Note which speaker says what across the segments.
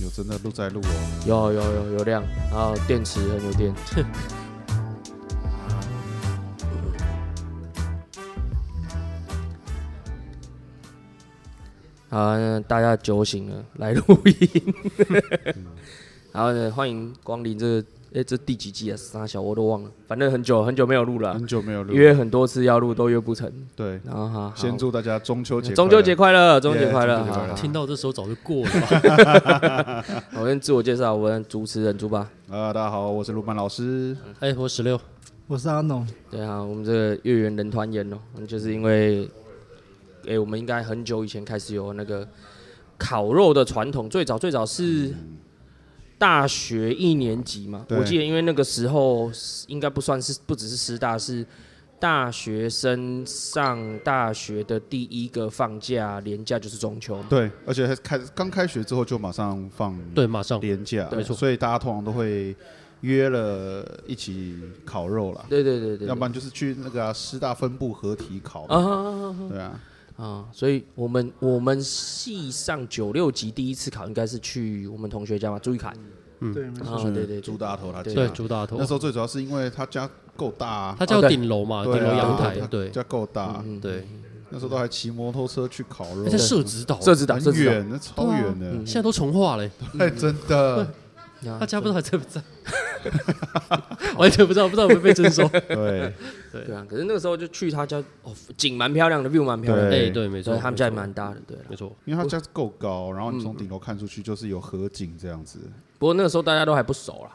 Speaker 1: 有真的录在录哦。
Speaker 2: 有有有有亮，然后电池很有电。 好，那大家酒醒了，来录音。 然后呢，欢迎光临这个，哎、这第几季啊？三小我都忘了，反正很久很久没有录了啊、
Speaker 1: 很久没有嗯录，
Speaker 2: 约很多次要录都约不成。
Speaker 1: 对，
Speaker 2: 然后哈，好
Speaker 1: 先祝大家中秋节快乐，
Speaker 2: 中秋节快乐，中秋节
Speaker 1: Yeah，
Speaker 2: 快乐
Speaker 1: 中秋节快乐
Speaker 2: 好好
Speaker 3: 听到这时候早就过了 吧？
Speaker 2: 好我先自我介绍，我是主持人猪吧。
Speaker 1: 啊！大家好，我是鲁班老师。
Speaker 2: 嗯
Speaker 3: 哎，我十六，
Speaker 4: 我是阿农，
Speaker 2: 对啊，我们这个月圆人团圆哦，就是因为，诶，我们应该很久以前开始有那个烤肉的传统，最早最早是大学一年级嘛，
Speaker 1: 对
Speaker 2: 我记得因为那个时候应该不算是不只是师大，是大学生上大学的第一个放假连假就是中秋嘛，
Speaker 1: 对，而且还开刚开学之后就马上放
Speaker 3: 对，马上
Speaker 1: 年假，
Speaker 3: 对没错
Speaker 1: 所以大家通常都会约了一起烤肉啦，
Speaker 2: 对对对对
Speaker 1: 要
Speaker 2: 对
Speaker 1: 不然就是去那个啊师大分部合体烤。
Speaker 2: 啊啊
Speaker 1: 对啊，
Speaker 2: 啊啊！所以我们我们系上九六级第一次考应该是去我们同学家嘛，朱一凯。
Speaker 3: 嗯
Speaker 4: 对，没
Speaker 2: 啊，
Speaker 4: 错，
Speaker 2: 对对对，
Speaker 1: 朱大头他
Speaker 2: 对
Speaker 1: 家
Speaker 3: 对，朱大头
Speaker 1: 那，时候最主要是因为他家够大啊，
Speaker 3: 他叫
Speaker 2: 对
Speaker 3: 顶楼嘛，顶
Speaker 1: 对
Speaker 3: 楼
Speaker 1: 啊
Speaker 3: 阳
Speaker 1: 对
Speaker 3: 台，
Speaker 1: 他
Speaker 3: 对
Speaker 1: 家够大，
Speaker 2: 嗯
Speaker 3: 对，
Speaker 1: 那时候都还骑摩托车去烤肉
Speaker 3: 哎，在，社子岛，
Speaker 2: 社子岛，社
Speaker 1: 很
Speaker 2: 子岛，
Speaker 1: 远，那超远的，
Speaker 3: 现在都重化了，欸
Speaker 1: 哎，真 的，
Speaker 2: 啊
Speaker 3: 他家不知道还在不在，完全不知道，不知道会不会被征 收。
Speaker 1: 对，
Speaker 2: 对对啊，可是那个时候就去他家，哦，景蛮漂亮的，view 蛮漂亮的，
Speaker 3: 哎，对，没
Speaker 2: 所
Speaker 3: 错，
Speaker 2: 以他们家也
Speaker 3: 没错
Speaker 2: 蛮大的，对啦
Speaker 3: 没错，
Speaker 1: 因为他家够高，然后你从顶楼看出去就是有河景这样 子，
Speaker 2: 不过那个时候大家都还不熟啦，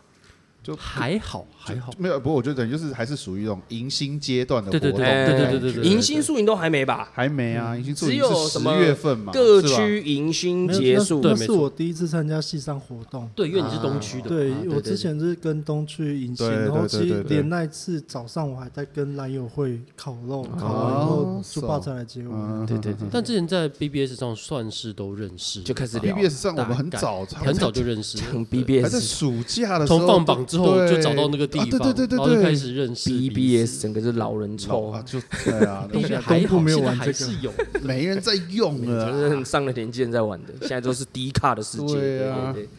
Speaker 1: 就
Speaker 3: 还好还好，
Speaker 1: 没有，不过我觉得等于就是还是属于那种迎新阶段的活
Speaker 3: 对
Speaker 1: 动，
Speaker 3: 对
Speaker 2: 哎
Speaker 3: 对对对对对对嗯对
Speaker 2: 迎新宿营都还没吧？
Speaker 1: 还没啊，迎新宿
Speaker 2: 只
Speaker 1: 营
Speaker 2: 有
Speaker 1: 是十
Speaker 2: 什么
Speaker 1: 月份嘛，
Speaker 2: 各
Speaker 1: 是吧
Speaker 2: 区迎新
Speaker 4: 没有
Speaker 2: 结
Speaker 4: 那
Speaker 2: 束，
Speaker 4: 那
Speaker 3: 对没
Speaker 4: 是
Speaker 3: 错
Speaker 4: 我第一次参加戏上活动。
Speaker 3: 对，因为你是东区的，
Speaker 4: 对
Speaker 2: 啊，对
Speaker 4: 我之前是跟东区迎新，
Speaker 1: 对对
Speaker 4: 然后其
Speaker 1: 对
Speaker 4: 实
Speaker 1: 对对
Speaker 4: 连那一次早上我还在跟蓝友会烤肉，烤完以
Speaker 1: 哦
Speaker 4: 后猪爸才来接
Speaker 1: 嗯
Speaker 4: 我。
Speaker 2: 对对对，
Speaker 3: 但之前在 BBS 上算是都认识，
Speaker 2: 就开始聊，
Speaker 1: BBS 上我们很早，
Speaker 3: 很早就认识了，
Speaker 2: 从
Speaker 1: 还在
Speaker 2: BBS
Speaker 1: 暑假的时候
Speaker 3: 从放榜之后
Speaker 1: 对
Speaker 3: 就找到那个地
Speaker 1: 啊
Speaker 3: 方，
Speaker 1: 对对对
Speaker 3: 然后就
Speaker 1: 对
Speaker 3: 开
Speaker 1: 对。
Speaker 3: 始认识
Speaker 2: BBS 整个是老人
Speaker 1: 老
Speaker 2: 臭
Speaker 1: 啊，，就对 啊，
Speaker 3: 彼此。
Speaker 4: 现
Speaker 3: BBS
Speaker 4: 在
Speaker 3: 还
Speaker 4: 东
Speaker 3: 好，
Speaker 4: 部没有
Speaker 3: 现在
Speaker 4: 玩
Speaker 3: 还
Speaker 4: 这个
Speaker 3: 是有，
Speaker 1: 没人在用
Speaker 2: 就
Speaker 1: 了啊。
Speaker 2: 是上了年纪人在玩的，现在都是低卡的世界，
Speaker 1: 对
Speaker 2: 对
Speaker 1: 啊
Speaker 2: 对对。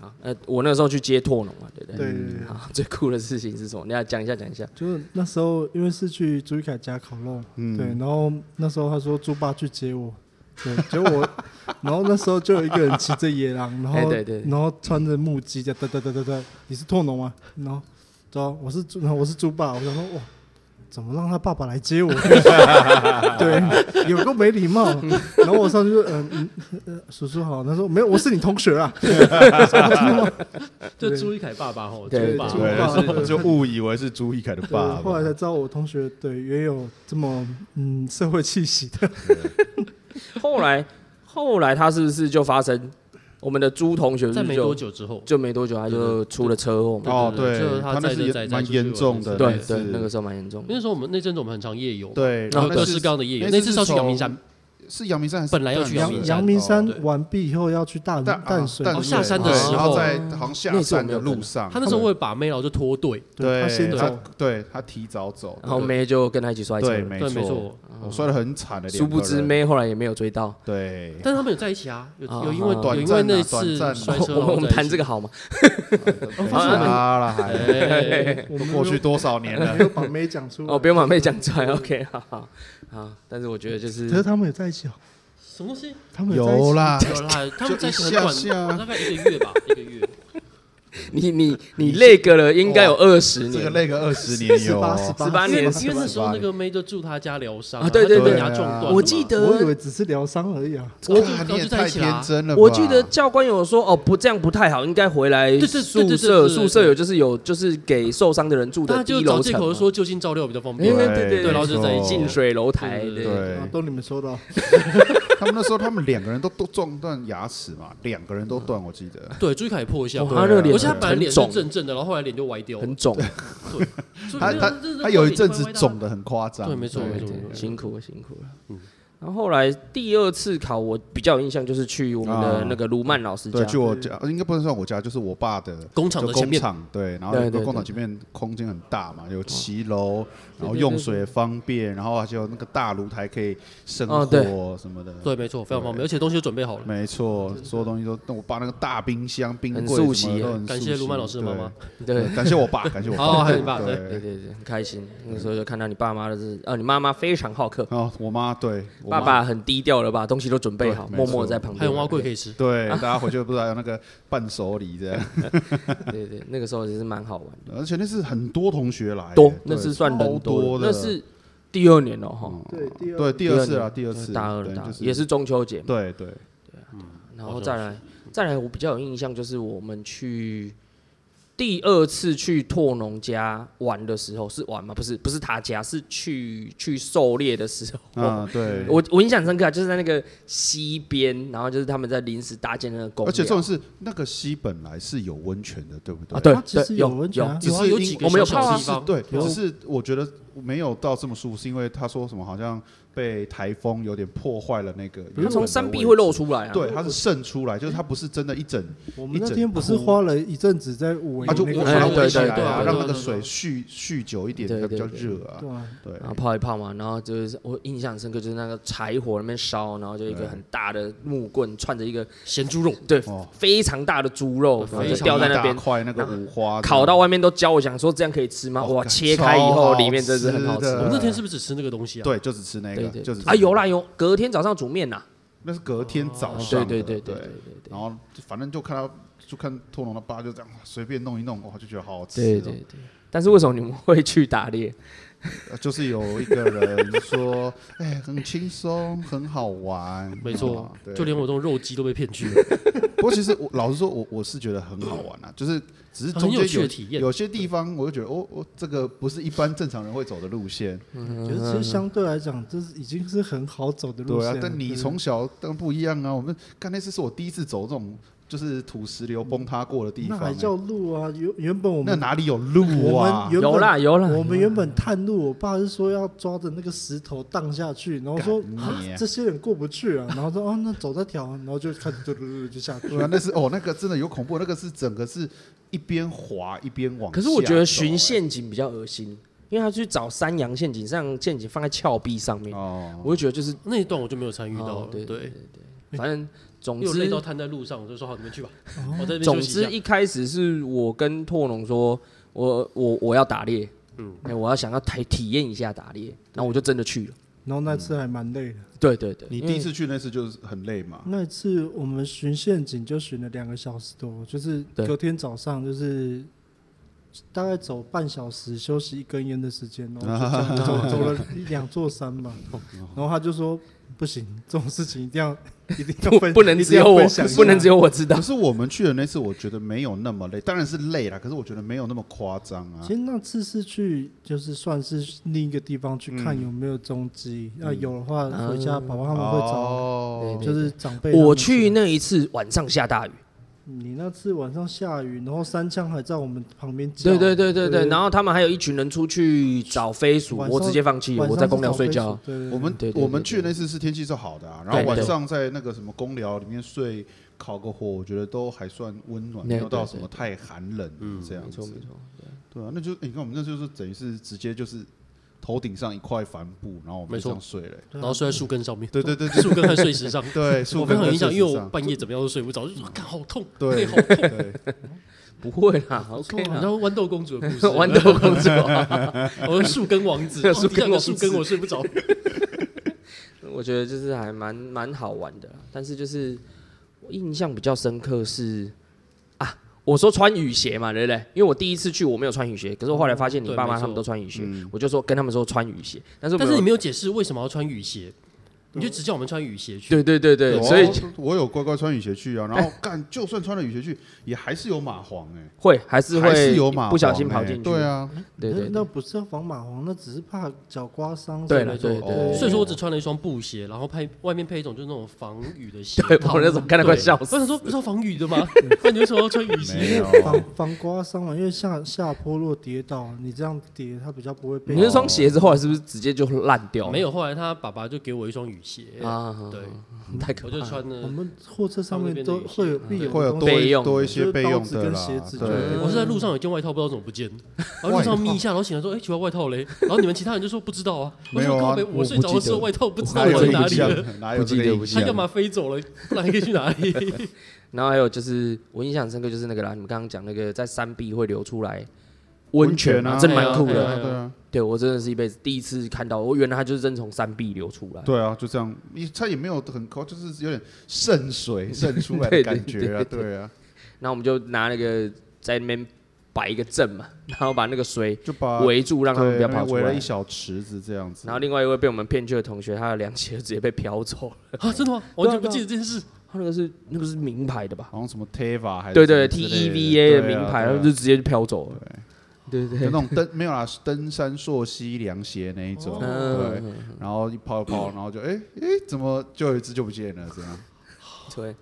Speaker 2: 好，呃，我那时候去接拓农嘛，对不
Speaker 4: 对对对
Speaker 2: 好，最酷的事情是什么？你要讲一下，讲一下。
Speaker 4: 就是那时候，因为是去朱一凯家烤肉，对，然后那时候他说猪爸去接我，对，结果我，然后那时候就有一个人骑着野狼，然
Speaker 2: 哎
Speaker 4: 后
Speaker 2: 对对
Speaker 4: 然后穿着木屐，这样哒哒哒哒哒，你是拓农吗？然后，对啊，我是猪，然后我是猪爸，我想说哇。怎么让他爸爸来接我？对，有个没礼貌。然后我上去说：“嗯、嗯呃，叔叔好。”他说：“没有，我是你同学啊。
Speaker 3: 就朱一凯爸爸吼，
Speaker 2: 对
Speaker 3: 朱爸
Speaker 4: 对
Speaker 1: 对， 就是就误以为是朱一凯的”
Speaker 4: 对
Speaker 1: 爸，
Speaker 4: 后
Speaker 1: 爸
Speaker 4: 来才。知道我同学对也有这么嗯社会气息的。
Speaker 2: 后来，后来他是不是就发生我们的朱同学是
Speaker 3: 在
Speaker 2: 不
Speaker 3: 没
Speaker 2: 是
Speaker 3: 多
Speaker 2: 就
Speaker 3: 久之后，
Speaker 2: 就没多久他就出了车祸嘛？
Speaker 1: 哦，
Speaker 3: 对对
Speaker 1: 对，
Speaker 3: 就是他
Speaker 1: 他那
Speaker 3: 载着
Speaker 1: 是
Speaker 3: 载
Speaker 1: 也
Speaker 3: 着
Speaker 1: 蛮
Speaker 3: 出去
Speaker 1: 严
Speaker 3: 玩
Speaker 1: 重
Speaker 3: 的
Speaker 1: 的，
Speaker 2: 对
Speaker 1: 那
Speaker 2: 对，
Speaker 1: 次
Speaker 2: 那个时候蛮严重的。
Speaker 3: 那时候我们那阵子我们很常夜游，，
Speaker 1: 对，然
Speaker 2: 然
Speaker 1: 后
Speaker 2: 后
Speaker 1: 那
Speaker 3: 各
Speaker 1: 是
Speaker 3: 式各样的夜游，
Speaker 1: 那
Speaker 3: 那
Speaker 1: 次
Speaker 3: 次
Speaker 1: 是
Speaker 3: 是要去阳明
Speaker 1: 从
Speaker 3: 山，
Speaker 1: 是阳明山还是
Speaker 3: 本来要
Speaker 1: 淡
Speaker 3: 去
Speaker 1: 水
Speaker 3: 阳
Speaker 4: 阳
Speaker 3: 明
Speaker 4: 阳明山
Speaker 1: 哦
Speaker 3: 对
Speaker 4: 完毕以后要去大
Speaker 1: 淡
Speaker 4: 淡水，
Speaker 1: 啊
Speaker 3: 哦
Speaker 1: 淡水
Speaker 3: 下山的
Speaker 1: 对
Speaker 3: 时候
Speaker 1: 然后在好像下
Speaker 2: 那次我
Speaker 1: 山
Speaker 2: 没
Speaker 1: 的
Speaker 2: 有
Speaker 1: 路
Speaker 2: 跟
Speaker 1: 上，
Speaker 3: 他那时候为了把妹，然后就拖队，
Speaker 1: 对
Speaker 4: 他先
Speaker 1: 他
Speaker 4: 走
Speaker 1: 对他提早走，
Speaker 2: 然后妹就跟他一起摔车
Speaker 1: 对，
Speaker 2: 了，
Speaker 3: 对，没
Speaker 1: 错，
Speaker 3: 错。
Speaker 1: 我摔得很惨的，
Speaker 2: 殊不知
Speaker 1: 没
Speaker 2: 妹后来也没有追到。
Speaker 1: 对，
Speaker 3: 但是他们有在一起啊，有
Speaker 2: 啊
Speaker 3: 有因为
Speaker 2: 啊
Speaker 3: 有
Speaker 1: 短
Speaker 3: 因
Speaker 1: 暂
Speaker 3: 为
Speaker 1: 啊
Speaker 3: 那
Speaker 1: 短
Speaker 3: 次
Speaker 1: 暂啊
Speaker 3: 摔
Speaker 2: 我
Speaker 3: 车，
Speaker 2: 们我们谈这
Speaker 3: 个，
Speaker 2: 个好吗？
Speaker 4: 哦
Speaker 1: 哦他了还
Speaker 3: 哎
Speaker 4: 我
Speaker 1: 都
Speaker 4: 们
Speaker 1: 过去多少年了
Speaker 4: 没，有把妹讲出 来。
Speaker 2: 哦，不用把妹讲出来，OK，好好好。但是我觉得就
Speaker 4: 可是
Speaker 2: 是
Speaker 4: 他们有在一起哦，
Speaker 3: 什么东西？
Speaker 4: 他们在一起
Speaker 1: 有，啦，
Speaker 3: 有啦，他们在一起很
Speaker 1: 就一
Speaker 3: 短
Speaker 1: 下下，
Speaker 3: 大概一个月吧，一个月。
Speaker 2: 你你你累个了，应该有二十
Speaker 1: 这
Speaker 2: 年
Speaker 1: 个。累个二十年有哦，
Speaker 4: 18
Speaker 2: 18年
Speaker 3: 因为那时候那个妹就住他家疗伤
Speaker 2: 啊对对
Speaker 3: 她就被
Speaker 1: 对
Speaker 3: 人家撞断了嘛，
Speaker 2: 我记
Speaker 4: 我以
Speaker 2: 得
Speaker 4: 为只是疗伤而已啊。
Speaker 1: 哇
Speaker 3: 我
Speaker 1: 你
Speaker 3: 高
Speaker 1: 也
Speaker 3: 就在
Speaker 1: 太
Speaker 3: 一起啦
Speaker 1: 天真了吧，
Speaker 2: 我记得教官有说哦，不这样不太好，应该回来
Speaker 3: 对对对对
Speaker 2: 宿
Speaker 3: 对
Speaker 2: 舍。
Speaker 3: 对对
Speaker 2: 宿舍有就是有就是给受伤的人住
Speaker 3: 大
Speaker 2: 的
Speaker 3: 家
Speaker 2: 低
Speaker 3: 就
Speaker 2: 楼
Speaker 3: 找借
Speaker 2: 层
Speaker 3: 口
Speaker 2: 嘛。
Speaker 3: 说就近照料比较方
Speaker 2: 因
Speaker 3: 便
Speaker 2: 为
Speaker 3: 嘛。
Speaker 2: 对对
Speaker 3: 对然后就在一
Speaker 1: 没错
Speaker 3: 起
Speaker 2: 近水楼台，
Speaker 3: 对对
Speaker 2: 对
Speaker 1: 对
Speaker 4: 啊，都你们说的哦，
Speaker 1: 他们那时候他们两个人都都撞断牙齿嘛，两个人都断，我记得。
Speaker 3: 对，朱一凯也破相
Speaker 2: 哇，
Speaker 1: 对
Speaker 2: 他
Speaker 1: 啊
Speaker 2: 那个脸
Speaker 3: 而且他本来
Speaker 2: 很
Speaker 3: 脸是
Speaker 2: 肿，
Speaker 3: 正正的，然后后来脸就歪掉了
Speaker 2: 很。肿，
Speaker 3: 所以
Speaker 1: 他
Speaker 3: 那
Speaker 1: 他
Speaker 3: 那那
Speaker 1: 他有一阵
Speaker 3: 那
Speaker 1: 子
Speaker 3: 那
Speaker 1: 肿的很夸张，
Speaker 3: 对，没错
Speaker 2: 对
Speaker 3: 没错
Speaker 2: 对
Speaker 3: 没错。
Speaker 1: 嗯
Speaker 2: 辛苦了辛苦了。然后后来第二次考，我比较有印象就是去我们的
Speaker 1: 啊
Speaker 2: 那个卢曼老师家
Speaker 1: 对，，去我家应该不能算我家，就是我爸的
Speaker 3: 工厂的
Speaker 1: 就
Speaker 3: 前
Speaker 1: 工
Speaker 3: 面，
Speaker 1: 厂，对，然后
Speaker 2: 对
Speaker 1: 那个
Speaker 2: 对
Speaker 1: 工厂
Speaker 2: 对
Speaker 1: 前面空间很大嘛，有骑楼，然
Speaker 2: 对
Speaker 1: 后
Speaker 2: 对
Speaker 1: 用
Speaker 2: 对
Speaker 1: 水方便，然后还有那个大炉台可以生
Speaker 2: 哦对
Speaker 1: 火什么的。
Speaker 3: 啊对，没错，非常方便，而且东西都准备好了。
Speaker 1: 没错，所有东西都，那我爸那个大冰箱、冰
Speaker 2: 很
Speaker 1: 柜
Speaker 2: 速
Speaker 1: 什么
Speaker 2: 席
Speaker 1: 的都很
Speaker 3: 感
Speaker 1: 熟
Speaker 3: 谢
Speaker 1: 悉
Speaker 3: 卢曼老师的妈妈，
Speaker 2: 对
Speaker 1: 对，感谢我爸，感谢我
Speaker 3: 哦
Speaker 1: 爸，
Speaker 3: 还有你爸
Speaker 2: 对
Speaker 3: 对
Speaker 1: 对。
Speaker 2: 对对，很开心。那个时候就看到你爸妈的是，呃，你妈妈非常好客，
Speaker 1: 哦，我妈对，我
Speaker 2: 爸
Speaker 1: 妈
Speaker 2: 爸很低调的把东西都准备好，
Speaker 1: 对没
Speaker 2: 默默
Speaker 1: 错
Speaker 2: 地在旁边。
Speaker 3: 还有蛙贵可以吃，
Speaker 1: 对，大家回去不知道有那个伴手礼这样，
Speaker 2: 对对，那个时候也是蛮好玩的，
Speaker 1: 而且那是很多同学来，
Speaker 2: 多
Speaker 1: 哎对
Speaker 2: 那是算人
Speaker 1: 超多的嗯
Speaker 2: 那是第二年了哈，
Speaker 4: 对，第二
Speaker 1: 对第二次啊，
Speaker 2: 年
Speaker 1: 第二次
Speaker 2: 大二了，
Speaker 1: 对
Speaker 2: 大二
Speaker 1: 就是
Speaker 2: 也是中秋节嘛，
Speaker 1: 对对，
Speaker 2: 然后再来再来，我比较有印象就是我们去。第二次去拓农家玩的时候是玩吗？不是，不是他家，是去去狩猎的时候。
Speaker 1: 啊对，
Speaker 2: 哦我我印象深刻、啊，就是在那个溪边，然后就是他们在临时搭建那个公
Speaker 1: 而且
Speaker 2: 寮
Speaker 1: 重点是那个溪本来是有温泉的，对不对？
Speaker 2: 啊，对
Speaker 4: 它其实
Speaker 2: 对
Speaker 4: 有
Speaker 2: 有
Speaker 4: 温泉啊
Speaker 2: 只
Speaker 3: 有啊
Speaker 2: 是
Speaker 3: 有几个
Speaker 2: 我们有
Speaker 3: 小
Speaker 2: 泡
Speaker 3: 小
Speaker 2: 啊
Speaker 3: 地，方
Speaker 1: 对，
Speaker 4: 有
Speaker 1: 只是我觉得没有到这么舒服，是因为他说什么好像被台风有点破坏了那个，
Speaker 2: 它从山壁会露。出来啊。嗯
Speaker 1: 对，它是渗出来，就是它不是真的一整，
Speaker 4: 我们
Speaker 1: 一
Speaker 4: 那
Speaker 1: 整
Speaker 4: 天不是
Speaker 1: 窟
Speaker 4: 花了一阵子在五维
Speaker 1: 啊它就
Speaker 4: 那
Speaker 1: 我
Speaker 4: 个
Speaker 1: 把它
Speaker 2: 哎
Speaker 1: 围
Speaker 2: 对
Speaker 1: 起来
Speaker 2: 对
Speaker 1: 啊，
Speaker 2: 对
Speaker 1: 让
Speaker 3: 对
Speaker 1: 那个
Speaker 3: 对
Speaker 1: 水
Speaker 3: 对
Speaker 1: 蓄蓄久一点，
Speaker 2: 对
Speaker 1: 它比
Speaker 2: 对
Speaker 1: 较
Speaker 2: 对
Speaker 1: 热啊
Speaker 4: 对。啊，
Speaker 1: 对
Speaker 2: 然后泡一泡嘛，然后就是我印象深刻，就是那个柴火那边烧，然后就一个
Speaker 1: 对
Speaker 2: 很大的木棍串着一个
Speaker 3: 咸猪肉，
Speaker 2: 对
Speaker 1: 哦
Speaker 2: 非常大的猪肉，
Speaker 3: 非
Speaker 2: 然啊后就
Speaker 3: 常
Speaker 2: 掉在那
Speaker 1: 一
Speaker 2: 边
Speaker 1: 哦大块那个五花这样，
Speaker 2: 烤到外面都焦，我想说这样可以吃吗？
Speaker 1: 哦
Speaker 2: 哇，
Speaker 1: 干
Speaker 2: 切开以
Speaker 1: 超
Speaker 2: 后
Speaker 1: 好
Speaker 2: 里面真是很好
Speaker 1: 吃
Speaker 2: 吃
Speaker 1: 的
Speaker 3: 我。们那天是不是只吃那个东西啊？，
Speaker 1: 呃对，就只吃那
Speaker 2: 对
Speaker 1: 个，
Speaker 2: 对
Speaker 1: 就只吃
Speaker 2: 啊
Speaker 1: 那
Speaker 2: 有
Speaker 1: 个，
Speaker 2: 啦有，隔天早上煮面呐。
Speaker 1: 那是隔天早上
Speaker 2: 对
Speaker 1: 的，
Speaker 2: 哦对对
Speaker 1: 对
Speaker 2: 对对对
Speaker 1: 然后就反正就看他，就看托龙的爸就这样随便弄一弄，哇，就觉得好好吃。哦
Speaker 2: 对对对。对但是为什么你们会去打猎？
Speaker 1: 呃就是有一个人说，哎、很轻松，很好玩。
Speaker 3: 没错
Speaker 1: 啊对，
Speaker 3: 就连我这种肉鸡都被骗去了，
Speaker 1: 不过其实我老实说，我我是觉得很好玩
Speaker 2: 嗯
Speaker 1: 啊，就是只是中
Speaker 3: 很
Speaker 1: 间
Speaker 3: 有趣
Speaker 1: 有
Speaker 3: 的体验。
Speaker 1: 有些地方，我就觉得，哦，哦，这个不是一般正常人会走的路线。
Speaker 4: 觉得其实相对来讲，这是已经是很好走的
Speaker 1: 嗯
Speaker 4: 路
Speaker 1: 对
Speaker 4: 线
Speaker 1: 啊
Speaker 4: 了。，
Speaker 1: 但你
Speaker 4: 对
Speaker 1: 从小当然不一样啊。我们干那次是我第一次走这种就是土石流崩塌过的地
Speaker 4: 那
Speaker 1: 方、
Speaker 4: 还
Speaker 1: 欸
Speaker 4: 叫路啊？原原本我
Speaker 1: 那
Speaker 4: 们
Speaker 1: 哪里有路啊
Speaker 4: 我们？原本
Speaker 2: 有啦有啦，
Speaker 4: 我们原本啊探路，我爸是说要抓着那个石头荡下去，然后说
Speaker 1: 干
Speaker 4: 啊
Speaker 1: 你啊
Speaker 4: 这些人过不去啊，然后说哦那走这条，然后就开始嘟嘟嘟嘟就下去
Speaker 1: 对啊，那是哦，那个真的有恐怖，那个是整个是一边滑一边往下走欸。
Speaker 2: 可是我觉得寻陷阱比较恶心，因为他去找山羊陷阱，山羊陷阱放在峭壁上面，
Speaker 1: 哦，
Speaker 2: 我就觉得就是，
Speaker 3: 那一段我就没有参与到
Speaker 2: 哦
Speaker 3: 了，
Speaker 2: 对
Speaker 3: 对，
Speaker 2: 反正总
Speaker 3: 又累
Speaker 2: 之
Speaker 3: 到瘫在路上，我就说好，你们去吧，
Speaker 1: 哦
Speaker 3: 我在这边
Speaker 2: 总
Speaker 3: 休息一
Speaker 2: 之
Speaker 3: 下。
Speaker 2: 一开始是我跟拓龙说，我我我要打猎，嗯，哎，我要想要体体验一下打猎，然后我就真的去了。
Speaker 4: 然后那次还蛮累的，
Speaker 2: 对对嗯对，
Speaker 1: 你第一 次去那次就是很累嘛，
Speaker 4: 那次我们巡陷阱就巡了两个小时多，就是
Speaker 2: 对
Speaker 4: 隔天早上就是大概走半小时，休息一根烟的时间，然后 就这样走走了一两座山吧。然后他就说不行，这种事情一定要一定要
Speaker 2: 不
Speaker 4: 分，
Speaker 2: 不能只有我
Speaker 4: 一定要分享一，下
Speaker 2: 不能只有我知道
Speaker 1: 可。是我们去的那次，我觉得没有那么累，当然是累啦，可是我觉得没有那么夸张啊
Speaker 4: 其。实那次是去，就是算是另一个地方去看
Speaker 1: 嗯
Speaker 4: 有没有踪迹，那、有的话
Speaker 2: 嗯
Speaker 4: 回家爸爸他们会找，
Speaker 1: 哦，
Speaker 2: 对
Speaker 4: 就是长辈。
Speaker 2: 我去，那一次晚上下大雨，
Speaker 4: 你那次晚上下雨，然后三枪还在我们旁边叫，
Speaker 2: 对对对对对，
Speaker 4: 对
Speaker 2: 然后他们还有一群人出去找飞鼠，
Speaker 4: 晚上
Speaker 2: 我直接放弃了，
Speaker 4: 晚上
Speaker 2: 我在公寮睡觉。
Speaker 4: 是找飞鼠。对对对
Speaker 1: 我们
Speaker 2: 嗯对对对
Speaker 1: 我们去的那次是天气是好的啊，然后
Speaker 2: 对对
Speaker 1: 晚上在那个什么公寮里面睡，烤个火，我觉得都还算温暖，
Speaker 2: 对
Speaker 1: 没有到
Speaker 2: 对嗯
Speaker 1: 什么太寒冷这样
Speaker 2: 没错
Speaker 1: 子
Speaker 2: 没。错，
Speaker 1: 对啊，那就你看我们那就是等于是直接就是头顶上一块帆布，然后我们
Speaker 3: 没
Speaker 1: 就这
Speaker 3: 错
Speaker 1: 样睡 了欸。
Speaker 3: 然后睡在树根上面，
Speaker 1: 对对对
Speaker 3: 树根和碎石上。
Speaker 1: 对，树
Speaker 3: 我
Speaker 1: 根
Speaker 3: 非常
Speaker 1: 跟
Speaker 3: 有印象，
Speaker 1: 树
Speaker 3: 因为
Speaker 1: 枝
Speaker 3: 我
Speaker 1: 上
Speaker 3: 半夜怎么样都睡不着，就说啊，看好痛，
Speaker 1: 对
Speaker 3: 背好痛。
Speaker 1: 对，
Speaker 2: 不会啦，OK
Speaker 3: 然
Speaker 2: 啦，
Speaker 3: 后豌豆公主的 故事，
Speaker 2: 豌豆公主，
Speaker 3: 我是树根王子，
Speaker 2: 对
Speaker 3: 哦
Speaker 2: 树
Speaker 3: 第
Speaker 2: 根
Speaker 3: 二
Speaker 2: 王
Speaker 3: 个
Speaker 2: 子
Speaker 3: 树根我睡 不着。
Speaker 2: 我觉得就是还蛮蛮好玩的啦。但是就是我印象比较深刻是啊，我说穿雨鞋嘛，对不对？因为我第一次去我没有穿雨鞋，可是我后来
Speaker 1: 嗯
Speaker 2: 发现你
Speaker 3: 对
Speaker 2: 爸妈
Speaker 3: 没错
Speaker 2: 他们都穿雨鞋，我就说跟他们说穿雨鞋，但是我
Speaker 3: 但
Speaker 2: 没
Speaker 3: 是
Speaker 2: 有
Speaker 3: 你没有解释为什么要穿雨鞋，你就只叫我们穿雨鞋去。
Speaker 2: 对对对 对，
Speaker 1: 有啊
Speaker 2: 所以
Speaker 1: 我有乖乖穿雨鞋去啊，然后干，就算穿了雨鞋去，也还是有蚂蟥哎、
Speaker 2: 会还是
Speaker 1: 还
Speaker 2: 会
Speaker 1: 是有蚂蟥、
Speaker 2: 不小心跑进去，
Speaker 1: 对， 啊，
Speaker 2: 对对对
Speaker 4: 那那不是要防蚂蟥，那只是怕脚刮伤。
Speaker 2: 对
Speaker 4: 了，
Speaker 2: 了
Speaker 3: 没错
Speaker 2: 对对
Speaker 1: 哦
Speaker 2: 对，
Speaker 3: 所以说我只穿了一双布鞋，然后配外面配一种就是那种防雨的鞋
Speaker 2: 对
Speaker 3: 套。
Speaker 2: 我那种看得快笑死
Speaker 3: 我想说不是要防 雨的吗？那你为什么要穿雨
Speaker 1: 没
Speaker 3: 鞋？
Speaker 1: 有啊
Speaker 4: 防防刮伤嘛，因为下下坡落跌倒，你这样跌它比较不会被。
Speaker 2: 你那双鞋子后来是不是直接就烂掉了？
Speaker 3: 没有，后来他爸爸就给我一双雨鞋，
Speaker 2: 啊，
Speaker 3: 对，
Speaker 2: 太可
Speaker 3: 我
Speaker 2: 怕
Speaker 3: 就
Speaker 2: 了。
Speaker 3: 穿的
Speaker 4: 我们货车
Speaker 3: 上
Speaker 4: 上面
Speaker 3: 面的
Speaker 4: 都
Speaker 3: 雨
Speaker 4: 会
Speaker 3: 鞋
Speaker 4: 有必有
Speaker 1: 会
Speaker 4: 的
Speaker 1: 有
Speaker 4: 东
Speaker 1: 多
Speaker 4: 西
Speaker 2: 备用
Speaker 1: 多一些备用
Speaker 2: 的
Speaker 4: 就是
Speaker 1: 的
Speaker 4: 刀子跟
Speaker 1: 啦
Speaker 4: 鞋子
Speaker 1: 对
Speaker 3: 对，我是在路上有件外套，不知道怎么不见，然后路上眯一下，然后醒来说：“哎，奇怪，外套嘞？”然后你们其他人就说：“不知道啊。”我
Speaker 1: 没有
Speaker 3: 说：“
Speaker 1: 啊
Speaker 3: 靠北，
Speaker 1: 我
Speaker 3: 我睡着的时候外套不知道
Speaker 1: 哪有
Speaker 3: 我
Speaker 1: 这
Speaker 3: 在哪
Speaker 1: 个印
Speaker 3: 里
Speaker 1: 象
Speaker 3: 了，？
Speaker 1: 哪有
Speaker 2: 不
Speaker 1: 这
Speaker 2: 记
Speaker 1: 个
Speaker 2: 得
Speaker 1: 印
Speaker 2: 不记
Speaker 3: 它
Speaker 1: 象
Speaker 2: 得
Speaker 3: 干嘛飞走了？不然可以去哪里
Speaker 2: 然后还有就是我印象很深刻，就是那个啦，你们刚刚讲那个在山壁会流出来温泉
Speaker 1: 啊，
Speaker 2: 真蛮酷
Speaker 1: 对
Speaker 2: 的。
Speaker 1: 啊对啊，
Speaker 2: 对我真的是一辈子第一次看到，哦我原来它就是真从山壁流出来。
Speaker 1: 对啊，就这样，你它也没有很高，就是有点渗水渗出来的感觉啊，对啊，
Speaker 2: 然后我们就拿那个在那边摆一个阵嘛， 然后把那个水
Speaker 1: 就把
Speaker 2: 围住，让他们
Speaker 1: 对
Speaker 2: 不要
Speaker 1: 那边
Speaker 2: 跑出
Speaker 1: 围了
Speaker 2: 来
Speaker 1: 一。小池子这样子
Speaker 2: 然后，另外一位被我们骗去的同学，他的凉鞋直接被飘走 了。？”
Speaker 3: 啊，真的吗？我完全不记得这件
Speaker 1: 啊
Speaker 3: 事。
Speaker 2: 他那个是那个是名牌的吧？
Speaker 1: 好像什么 Teva 还是
Speaker 2: 对
Speaker 1: 什
Speaker 2: 对，T
Speaker 1: 么
Speaker 2: E
Speaker 1: 之
Speaker 2: V
Speaker 1: 类
Speaker 2: A
Speaker 1: 的
Speaker 2: 的
Speaker 1: 对啊
Speaker 2: 名牌，
Speaker 1: 对
Speaker 2: 他
Speaker 1: 啊
Speaker 2: 们就直接飘走了。对对
Speaker 1: 就那种登没有啦，登山溯溪凉鞋那一种，对，
Speaker 2: 嗯，
Speaker 1: 然后一抛一抛，然后就哎哎，怎么就有一只就不见了这样？
Speaker 2: 对。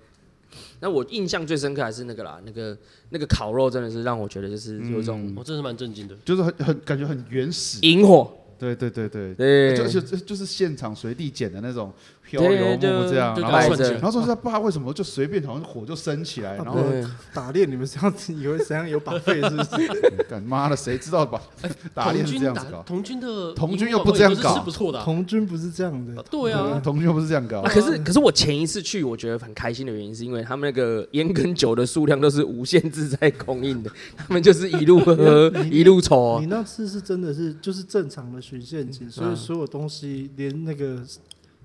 Speaker 2: 那我印象最深刻还是那个啦，那个那个烤肉真的是让我觉得就是有一种
Speaker 1: 啊
Speaker 3: 我真的是蛮震惊的。
Speaker 1: 就是很很感觉很原始，
Speaker 2: 萤火，
Speaker 1: 对对对对，
Speaker 2: 对，
Speaker 1: 就就就就是现场随地捡的那种漂
Speaker 2: 对
Speaker 1: 流木
Speaker 2: 就
Speaker 1: 这样，
Speaker 3: 就啊
Speaker 1: 然
Speaker 3: 摆
Speaker 1: 后
Speaker 3: 着
Speaker 1: 然后说他爸为什么就随便好像火就升起来，然后
Speaker 2: 对
Speaker 4: 打猎，你们是要以为怎样有把费是不是？
Speaker 1: 干妈的谁知道吧？ 打猎
Speaker 3: 哎童
Speaker 1: 是这
Speaker 3: 军
Speaker 1: 样子
Speaker 3: 打
Speaker 1: 搞，
Speaker 3: 童军的
Speaker 1: 童军
Speaker 3: 荧
Speaker 1: 又
Speaker 3: 幕
Speaker 1: 不
Speaker 3: 好
Speaker 1: 这
Speaker 3: 像
Speaker 1: 样
Speaker 3: 也
Speaker 1: 搞
Speaker 3: 是不错的啊。
Speaker 4: 童军不是这样 的，
Speaker 3: 对啊，
Speaker 1: 同学不是这样搞
Speaker 2: 啊，，可是可是我前一次去，我觉得很开心的原因，是因为他们那个烟跟酒的数量都是无限制在供应的，他们就是一路喝一路抽啊
Speaker 4: 你。那次是真的是就是正常的循陷阱，所以所有东西连那个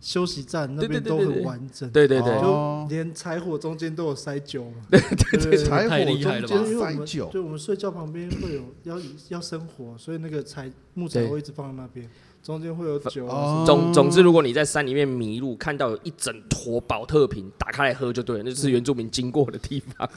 Speaker 4: 休息站那边
Speaker 2: 对对对
Speaker 4: 都
Speaker 2: 对
Speaker 4: 很
Speaker 2: 对
Speaker 4: 完整，
Speaker 2: 对对对，
Speaker 1: 哦
Speaker 4: 就连柴火中间都有塞酒嘛。对对
Speaker 1: 对柴
Speaker 3: 太
Speaker 1: 火
Speaker 3: 厉害了吧
Speaker 1: 中
Speaker 4: 因为
Speaker 1: 间
Speaker 4: 我
Speaker 1: 塞
Speaker 4: 们
Speaker 1: 酒，
Speaker 4: 对我们睡觉旁边会有要要生火，所以那个柴木材
Speaker 2: 对
Speaker 4: 会一直放在那边，中间会有酒啊什
Speaker 1: 哦
Speaker 4: 么
Speaker 2: 总总之，如果你在山里面迷路，看到有一整坨宝特瓶，打开来喝就对了，那就是原住民经过的地方。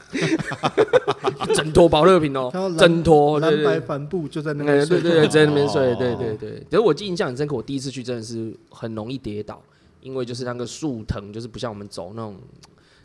Speaker 2: 一整坨宝特瓶哦
Speaker 4: 还有，蓝
Speaker 2: 整坨，对
Speaker 4: 蓝
Speaker 2: 对
Speaker 4: 白
Speaker 2: 对。
Speaker 4: 帆布就在那
Speaker 2: 哎
Speaker 4: 边
Speaker 2: 对
Speaker 4: 睡
Speaker 2: 对对，
Speaker 4: 觉。
Speaker 2: 在那 边
Speaker 1: 哦
Speaker 2: 睡，对对对。可是我印象很深刻，我第一次去真的是很容易跌倒，因为就是那个树藤，就是不像我们走那种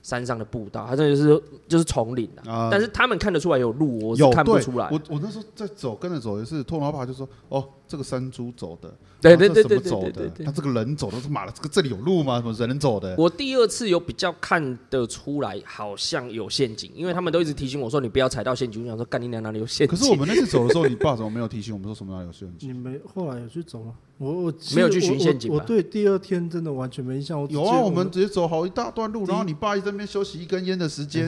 Speaker 2: 山上的步道，它真的就是就是丛林啊。
Speaker 1: 啊
Speaker 2: 但是他们看得出来有路，我是
Speaker 1: 有
Speaker 2: 看不
Speaker 1: 对
Speaker 2: 出来。
Speaker 1: 我我那时候在走，跟着走也是，托老爸就说：“哦，这个山猪走的，
Speaker 2: 对
Speaker 1: 然后
Speaker 2: 对
Speaker 1: 这
Speaker 2: 对对
Speaker 1: 什么
Speaker 2: 对
Speaker 1: 走
Speaker 2: 对
Speaker 1: 的，
Speaker 2: 对。
Speaker 1: 他这个人走的，他妈的，这个这里有路吗？什么人走的？
Speaker 2: 我第二次有比较看得出来，好像有陷阱，因为他们都一直提醒我说你不要踩到陷阱。我想说干你娘哪里有陷
Speaker 1: 可
Speaker 2: 阱？
Speaker 1: 是我们那次走的时候，你爸怎么没有提醒我们说什么哪里有陷阱？
Speaker 4: 你们后来有去走吗？我我其实
Speaker 2: 没有去
Speaker 4: 我
Speaker 2: 寻陷阱吧
Speaker 4: 我我对第二天真的完全没印象。
Speaker 1: 有
Speaker 4: 只记
Speaker 1: 啊，
Speaker 4: 得
Speaker 1: 我们直接走好一大段路，
Speaker 4: 第一
Speaker 1: 然后你爸一直在那边休息一根烟的时间。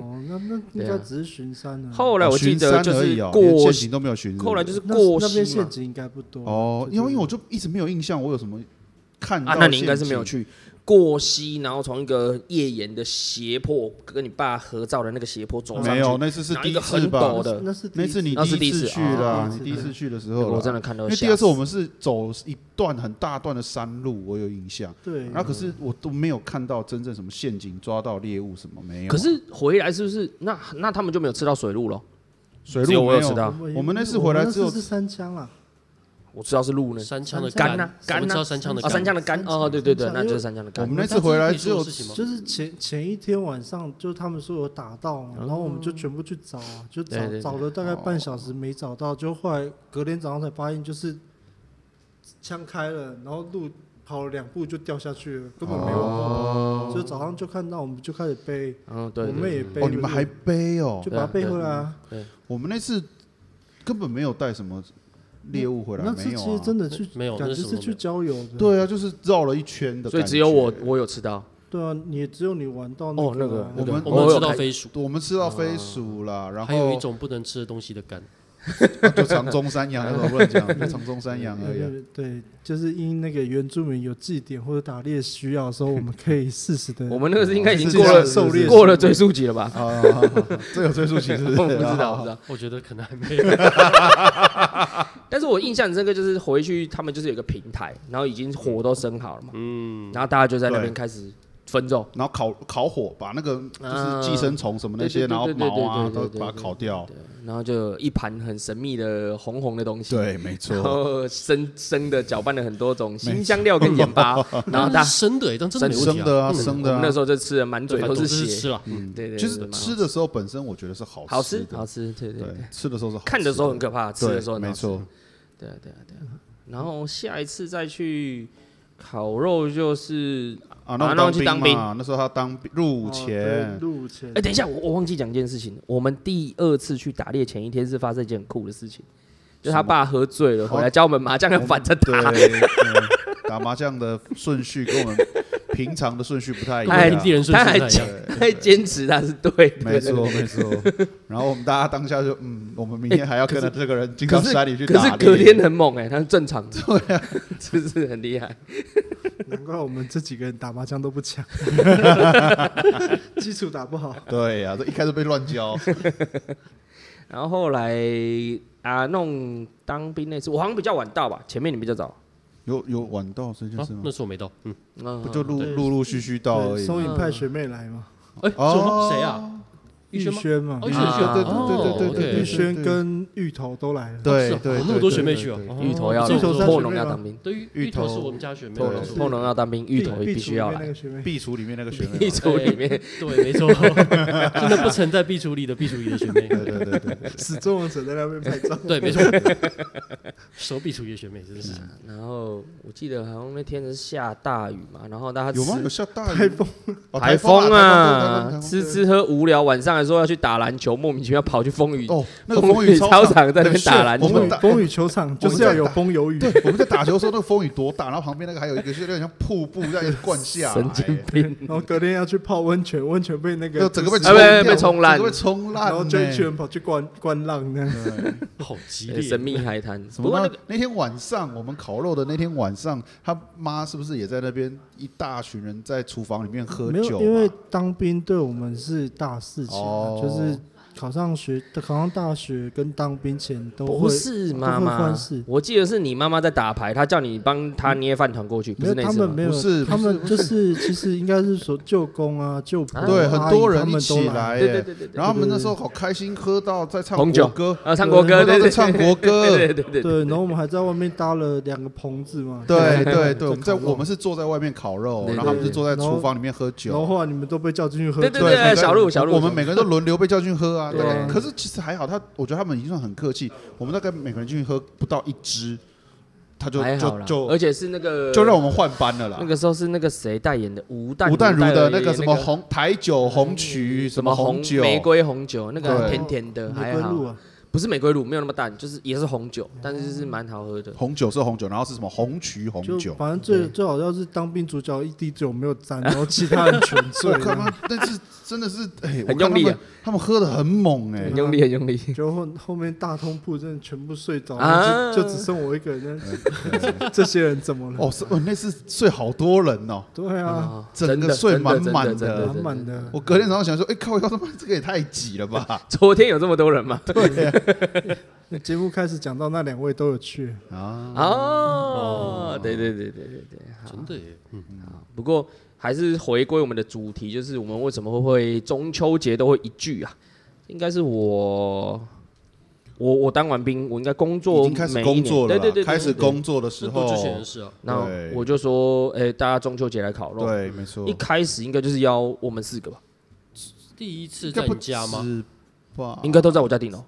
Speaker 4: 哦，那 那应该只是巡山啊的。
Speaker 2: 啊后来我记
Speaker 1: 啊巡山
Speaker 2: 得就
Speaker 1: 而
Speaker 2: 是
Speaker 1: 已哦连
Speaker 2: 过
Speaker 1: 陷，阱都没有巡。
Speaker 2: 后来就是
Speaker 4: 那
Speaker 2: 过
Speaker 4: 那边
Speaker 2: 溪
Speaker 4: 陷
Speaker 2: 嘛。
Speaker 4: 阱应该不多
Speaker 1: 哦，
Speaker 4: 就
Speaker 1: 因为因为
Speaker 4: 是
Speaker 1: 我就一直没有印象，我有什么看到
Speaker 2: 啊
Speaker 1: 陷，阱？
Speaker 2: 那你应该是没有去过溪，然后从一个页岩的斜坡跟你爸合照的那个斜坡走上去，
Speaker 1: 没有，那次是
Speaker 2: 哪
Speaker 1: 第
Speaker 2: 一个
Speaker 1: 次
Speaker 2: 很
Speaker 1: 吧
Speaker 2: 陡？
Speaker 4: 那
Speaker 2: 的
Speaker 4: 是那是第
Speaker 1: 那
Speaker 4: 一
Speaker 1: 次你
Speaker 2: 那是
Speaker 1: 第一次
Speaker 2: 第一次
Speaker 1: 去啦，
Speaker 4: 哦
Speaker 1: 你第一次去的时
Speaker 2: 那
Speaker 1: 候
Speaker 2: 个
Speaker 1: 啦，
Speaker 2: 我真的看到
Speaker 1: 因
Speaker 2: 吓
Speaker 1: 为
Speaker 2: 死。
Speaker 1: 第二次我们是走一段很大段的山路，我有印象。啊
Speaker 2: 啊
Speaker 4: 对，
Speaker 2: 嗯
Speaker 1: 然后可是我都没有看到真正什么陷阱抓到猎物什么没有。啊
Speaker 2: 可是回来是不是那那他们就没有吃到水路了？
Speaker 1: 水
Speaker 2: 只有
Speaker 1: 路
Speaker 2: 我
Speaker 1: 没
Speaker 2: 有吃
Speaker 1: 有，
Speaker 2: 到，
Speaker 1: 我们那次回来
Speaker 4: 我们那
Speaker 1: 之后
Speaker 4: 次是三枪啊啦，
Speaker 2: 我吃到是路呢。
Speaker 3: 三枪的
Speaker 2: 干
Speaker 3: 杆
Speaker 2: 呐
Speaker 3: 我
Speaker 2: 嗯干
Speaker 3: 们
Speaker 2: 呐
Speaker 3: 知道三枪的
Speaker 2: 啊，
Speaker 3: 杆，
Speaker 2: 三枪的杆哦，对对对，
Speaker 4: 三枪
Speaker 2: 那就是三枪的杆
Speaker 1: 我。们那次回来只有
Speaker 3: 事情吗？
Speaker 4: 就是前前一天晚上，就是他们说有打到嘛，然后我们就全部去找啊，就找
Speaker 2: 对对对
Speaker 4: 找了大概半小时没找到，就后来隔天早上才发现，就是枪开了，然后路跑了两步就掉下去了，根本没有报。就早上就看到，我们就开始背，
Speaker 2: 嗯，对
Speaker 4: 我
Speaker 2: 对
Speaker 4: 们也背，
Speaker 1: 哦，你们还背哦
Speaker 4: 就？把它背回来啊。
Speaker 1: 我们那次根本没有带什么猎物回来，
Speaker 4: 那次
Speaker 1: 没
Speaker 4: 其
Speaker 1: 有啊。
Speaker 4: 实真的去，
Speaker 3: 没有
Speaker 4: 感觉
Speaker 3: 那是什
Speaker 4: 是
Speaker 3: 么都没
Speaker 4: 去
Speaker 3: 有
Speaker 4: 郊游的。
Speaker 1: 对啊，就是绕了一圈的。
Speaker 2: 所以只有我，我有吃到。
Speaker 4: 对啊，你也只有你玩到
Speaker 2: 哦，那
Speaker 4: 那个
Speaker 2: 个
Speaker 4: 啊，
Speaker 2: 那
Speaker 1: 我
Speaker 2: 个
Speaker 1: 们
Speaker 3: 我
Speaker 2: 有
Speaker 3: 们吃到
Speaker 2: 看
Speaker 3: 飞鼠，
Speaker 1: 我们吃到飞鼠啦，
Speaker 2: 啊
Speaker 1: 然
Speaker 3: 还有一
Speaker 1: 后啊
Speaker 3: 种不能吃的东西的杆。
Speaker 1: 就长鬃山 羊，那时候不能讲，就长鬃山羊而已啊。
Speaker 4: 对，就是因那个原住民有祭典或者打猎需要的时候，我们可以适时 的。
Speaker 2: 我们那个是应该已经
Speaker 1: 是
Speaker 2: 过了
Speaker 1: 是是是
Speaker 2: 过了追溯级了吧？
Speaker 1: 啊， 这有追溯期是不
Speaker 2: 我
Speaker 1: 是？啊
Speaker 2: 不知道，不知道。
Speaker 3: 我觉得可能还没有。
Speaker 2: 但是我印象很深刻，就是回去他们就是有一个平台，然后已经火都生好了嘛，嗯，然后大家就在那边开始分肉，
Speaker 1: 然后烤烤火，把那个就是
Speaker 2: 啊
Speaker 1: 寄生虫什么那些，
Speaker 2: 对对对
Speaker 1: 然后毛啊
Speaker 2: 对对
Speaker 1: 都
Speaker 2: 对对
Speaker 1: 把它烤掉。
Speaker 2: 然后就有一盘很神秘的红红的东西，，
Speaker 1: 对，没错
Speaker 2: 然。后生生的搅拌了很多种新香料跟 盐巴，然后
Speaker 3: 那
Speaker 2: 大
Speaker 1: 啊
Speaker 3: 是生的哎，但真的没问
Speaker 1: 生
Speaker 3: 题啊。
Speaker 1: 的啊，
Speaker 3: 嗯
Speaker 1: 生
Speaker 2: 我
Speaker 1: 的啊。
Speaker 2: 们那时候就吃的满
Speaker 3: 对
Speaker 2: 嘴
Speaker 3: 反
Speaker 2: 都
Speaker 3: 正
Speaker 2: 是
Speaker 3: 总之是
Speaker 2: 血，
Speaker 3: 吃了，
Speaker 1: 嗯
Speaker 2: 对对，
Speaker 1: 其
Speaker 2: 对
Speaker 1: 实
Speaker 2: 蛮好
Speaker 1: 吃的时候本身我觉得是好
Speaker 2: 好
Speaker 1: 吃
Speaker 2: 吃
Speaker 1: 的，
Speaker 2: 好吃，对对
Speaker 1: 对
Speaker 2: 对，，
Speaker 1: 吃的时候是好吃
Speaker 2: 看的时候很可怕，吃
Speaker 1: 对
Speaker 2: 的时候很
Speaker 1: 没
Speaker 2: 好吃
Speaker 1: 错，
Speaker 2: 对啊，对啊，对啊。然后下一次再去烤肉就是，
Speaker 1: 啊，
Speaker 2: 啊
Speaker 1: 那
Speaker 2: 那我
Speaker 1: 当
Speaker 2: 去
Speaker 1: 兵哦
Speaker 2: 当兵
Speaker 1: 嘛，那时候他当兵入伍前，
Speaker 4: 入哦钱
Speaker 2: 哎、，等一下，我我忘记讲一件事情。我们第二次去打猎前一天是发生一件很酷的事情，就是他爸喝醉了，回
Speaker 1: 哦
Speaker 2: 来教我们麻将要反着打。
Speaker 1: 对，对打麻将的顺序跟我们平常的顺序不太一
Speaker 3: 跟我们
Speaker 2: 哎
Speaker 1: 样
Speaker 3: 平。地人顺
Speaker 2: 他
Speaker 3: 序
Speaker 2: 还
Speaker 3: 不太一样。
Speaker 1: 对
Speaker 2: 他还坚持他是对的，
Speaker 1: 没错，没错。然后我们大家当下就，嗯，我们明天还要跟着这个人进到
Speaker 2: 哎可是
Speaker 1: 山里去
Speaker 2: 可
Speaker 1: 打猎。
Speaker 2: 是隔天很猛哎、他是正常的，对啊， 是不是很厉害？
Speaker 4: 难怪我们这几个人打麻将都 不强，基础打不好。
Speaker 1: 对呀、这一开始被乱 教，
Speaker 2: 然后后来啊，弄当兵那次，我好像比较晚到吧，前面你比较早，
Speaker 1: 有有晚到这件
Speaker 3: 啊
Speaker 1: 事，吗
Speaker 3: 那？时候没到，嗯，
Speaker 2: 嗯，
Speaker 1: 不就陆
Speaker 3: 对
Speaker 1: 陆陆续续到而
Speaker 4: 对，
Speaker 1: 已。
Speaker 4: 收银派学妹来嘛，
Speaker 3: 哎，
Speaker 1: 哦
Speaker 3: 是谁啊？玉轩吗？
Speaker 4: 嗯轩嘛
Speaker 3: 哦，，玉
Speaker 1: 玉
Speaker 3: 轩，
Speaker 2: 啊
Speaker 3: 轩
Speaker 1: 对
Speaker 3: 哦
Speaker 1: 对对对对
Speaker 3: OK
Speaker 1: 对，
Speaker 4: 玉轩跟芋头都来了。
Speaker 1: 对
Speaker 3: 是啊
Speaker 1: 对
Speaker 3: 哦
Speaker 1: 对
Speaker 3: 那么
Speaker 1: 对
Speaker 3: 多学妹
Speaker 1: 对
Speaker 3: 去啊
Speaker 1: 对，
Speaker 3: 哦
Speaker 2: 芋头要
Speaker 4: 芋头三
Speaker 2: 破农
Speaker 4: 学妹
Speaker 2: 要
Speaker 4: 吗
Speaker 2: 当兵，
Speaker 3: 对，芋
Speaker 1: 芋
Speaker 3: 芋头是
Speaker 1: 头
Speaker 3: 我们家学妹，
Speaker 1: 对
Speaker 3: 没错
Speaker 2: 破农要当兵，芋头也必须要
Speaker 4: 那
Speaker 2: 来。
Speaker 4: 个学妹，
Speaker 1: 壁橱里面那个学 妹
Speaker 2: 一
Speaker 1: 嘛。
Speaker 2: 组里面，
Speaker 3: 对，没错， 真的不曾在壁橱里的壁橱里的学妹，
Speaker 1: 对对对对对，
Speaker 4: 始作俑者在那边拍照。
Speaker 3: 对，没错， 手壁橱里的学妹真的是，
Speaker 2: 然后我记得好像那天是下大雨嘛，然后大家
Speaker 1: 有吗？
Speaker 2: 吃
Speaker 1: 有下大雨？
Speaker 4: 台风
Speaker 1: 哦
Speaker 2: 台
Speaker 1: 风啊！台风
Speaker 2: 风
Speaker 1: 台
Speaker 2: 啊，
Speaker 1: 风台风
Speaker 2: 吃吃喝无聊，晚上还说要去打篮球，莫名其妙跑去风雨
Speaker 1: 哦，那个风雨
Speaker 2: 操
Speaker 1: 超大。
Speaker 2: 场在那边打篮
Speaker 1: 我
Speaker 4: 风
Speaker 1: 们
Speaker 4: 雨
Speaker 2: 球，
Speaker 1: 打
Speaker 4: 风雨球场就是要有风有雨，
Speaker 1: 对，我们在打球的时候，那个风雨多大，然后旁边那个还有一个是有点像瀑布这样一直灌下来，
Speaker 2: 神经
Speaker 1: 哎
Speaker 2: 病！哎
Speaker 4: 然后隔天要去泡温泉，温泉被那
Speaker 1: 就
Speaker 4: 个
Speaker 1: 哎整个被
Speaker 2: 啊
Speaker 1: 冲
Speaker 2: 不
Speaker 1: 掉
Speaker 2: 被冲烂
Speaker 1: 整个被冲烂呢，
Speaker 4: 然后就一群人跑去观观浪那样。
Speaker 1: 对
Speaker 3: 好激
Speaker 2: 呃神
Speaker 3: 烈，啊
Speaker 2: 秘海滩，
Speaker 1: 什
Speaker 2: 不
Speaker 1: 么
Speaker 2: 过
Speaker 1: 那
Speaker 2: 那个
Speaker 1: 那天晚上我们烤肉的那天晚上，他妈是不是也在那边一大群人在厨房里面喝
Speaker 4: 没
Speaker 1: 酒
Speaker 4: 有，
Speaker 1: 嘛？
Speaker 4: 因为当兵对我们是大事情啊，
Speaker 1: 哦
Speaker 4: 就是考上学、考上大学跟当兵前都
Speaker 2: 不
Speaker 4: 会。
Speaker 2: 是妈
Speaker 4: 都会
Speaker 2: 妈
Speaker 4: 换事，
Speaker 2: 我记得是你妈妈在打牌，她叫你帮她捏饭团过去，不是
Speaker 4: 没有，
Speaker 2: 那
Speaker 4: 他
Speaker 2: 次
Speaker 4: 们
Speaker 2: 吗？
Speaker 4: 没有，
Speaker 1: 不是
Speaker 4: 他们
Speaker 1: 不
Speaker 4: 就是是其实应该是说舅 公啊、舅婆啊、
Speaker 1: 对，很多
Speaker 4: 阿
Speaker 1: 人一
Speaker 4: 姨他们都
Speaker 1: 起
Speaker 4: 来，
Speaker 1: 来
Speaker 2: 对对
Speaker 1: 耶。
Speaker 2: 对对对，
Speaker 1: 哎然后他们那时候好开心，喝到在唱
Speaker 2: 红酒
Speaker 1: 国歌，
Speaker 2: 啊，唱国
Speaker 1: 喝到
Speaker 2: 歌，对
Speaker 1: 在
Speaker 2: 对
Speaker 1: 唱国歌。
Speaker 2: 对对对对，
Speaker 4: 对，然后我们还在外面搭了两个棚子嘛，
Speaker 1: 对
Speaker 4: 就
Speaker 1: 对对，我们在
Speaker 4: 烤肉
Speaker 1: 我们是坐在外面烤肉，
Speaker 2: 对
Speaker 1: 然后他们
Speaker 4: 对
Speaker 1: 是坐在
Speaker 4: 然后
Speaker 1: 厨房里面喝
Speaker 4: 然后
Speaker 1: 酒。
Speaker 4: 后来你们都被叫进去喝
Speaker 2: 对
Speaker 4: 酒，
Speaker 2: 对对
Speaker 1: 每个人
Speaker 2: 小鹿小鹿
Speaker 1: 我们每个人都轮流被叫进去喝啊。
Speaker 2: 对
Speaker 1: 对，可是其实还好，他我觉得他们已经算很客气，我们大概每个人进去喝不到一支，他就
Speaker 2: 还好
Speaker 1: 就
Speaker 2: 啦，而
Speaker 1: 就
Speaker 2: 且是那个
Speaker 1: 就让我们换班了啦
Speaker 2: 那。个时候是那个谁代言的吴淡
Speaker 1: 啊吴淡如
Speaker 2: 代
Speaker 1: 的
Speaker 2: 言
Speaker 1: 那个什么红台酒、红曲、
Speaker 2: 嗯什
Speaker 1: 什
Speaker 2: 么
Speaker 1: 红酒、
Speaker 2: 玫瑰红酒，那个
Speaker 1: 对
Speaker 2: 甜甜的
Speaker 4: 玫
Speaker 2: 还
Speaker 4: 瑰
Speaker 2: 好
Speaker 4: 露。啊，
Speaker 2: 不是玫瑰露，没有那么淡，就是也是红酒，但是是蛮好喝的。
Speaker 1: 红酒是红酒，然后是什么红曲红
Speaker 4: 就
Speaker 1: 酒？
Speaker 4: 反正最最好笑是当兵主角一滴酒没有沾，然后其他人全醉
Speaker 1: 我看
Speaker 4: 了。
Speaker 1: 他，但是真的是哎，我
Speaker 2: 很
Speaker 1: 看
Speaker 2: 用力
Speaker 1: 他
Speaker 2: 啊
Speaker 1: 们他们喝的很猛哎
Speaker 2: 很，用力，很用力。
Speaker 4: 就后后面大通铺真的全部睡着，
Speaker 2: 啊
Speaker 4: 然后就就只剩我一个人。 这些人怎么了？
Speaker 1: 哦，是，哦那次睡好多人哦。
Speaker 4: 对啊，
Speaker 2: 啊
Speaker 1: 整个睡满满的嗯
Speaker 4: 满满。的。
Speaker 1: 我隔天早上想说，哎靠，要他妈这个也太挤了吧？
Speaker 2: 昨天有这么多人吗？
Speaker 4: 那节目开始讲到那两位都有去，
Speaker 1: 啊，
Speaker 2: 哦，对对对对对对，好
Speaker 3: 真。的耶，嗯，
Speaker 2: 好不过还是回归我们的主题，就是我们为什么会中秋节都会一聚啊？应该是我，我我当完兵，我应该工
Speaker 1: 已
Speaker 2: 作
Speaker 1: 经开始
Speaker 2: 每一
Speaker 1: 工
Speaker 2: 年
Speaker 1: 作了啦，
Speaker 2: 对对对，对
Speaker 1: 开始。
Speaker 2: 对对
Speaker 1: 工作的时
Speaker 3: 是多之前
Speaker 1: 候
Speaker 3: 的，事啊，
Speaker 2: 那
Speaker 1: 对
Speaker 2: 我就说，哎，大家中秋节来烤肉。
Speaker 1: 对，没错
Speaker 2: 一，开始应该就是邀我们四个吧，
Speaker 3: 第一次
Speaker 1: 应
Speaker 3: 在
Speaker 1: 该
Speaker 3: 你
Speaker 1: 不
Speaker 3: 家吗？
Speaker 1: 止吧？
Speaker 2: 应该都在我家顶楼。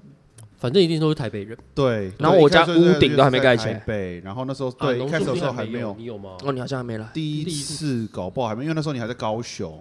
Speaker 3: 反正一定都是台北人，
Speaker 1: 对。
Speaker 2: 然后
Speaker 1: 对
Speaker 2: 我
Speaker 1: 一开
Speaker 2: 家
Speaker 1: 始就是
Speaker 2: 屋顶都还没盖起来
Speaker 1: 在台北，然后那时候
Speaker 3: 啊
Speaker 1: 对，一
Speaker 3: 龙
Speaker 1: 开始
Speaker 3: 树
Speaker 1: 的时候
Speaker 3: 还
Speaker 1: 还没有
Speaker 3: 有，。你有吗？
Speaker 2: 哦，你好像还没来。
Speaker 1: 第
Speaker 3: 第
Speaker 1: 一
Speaker 3: 一
Speaker 1: 次搞不好还没，因为那时候你还在高雄，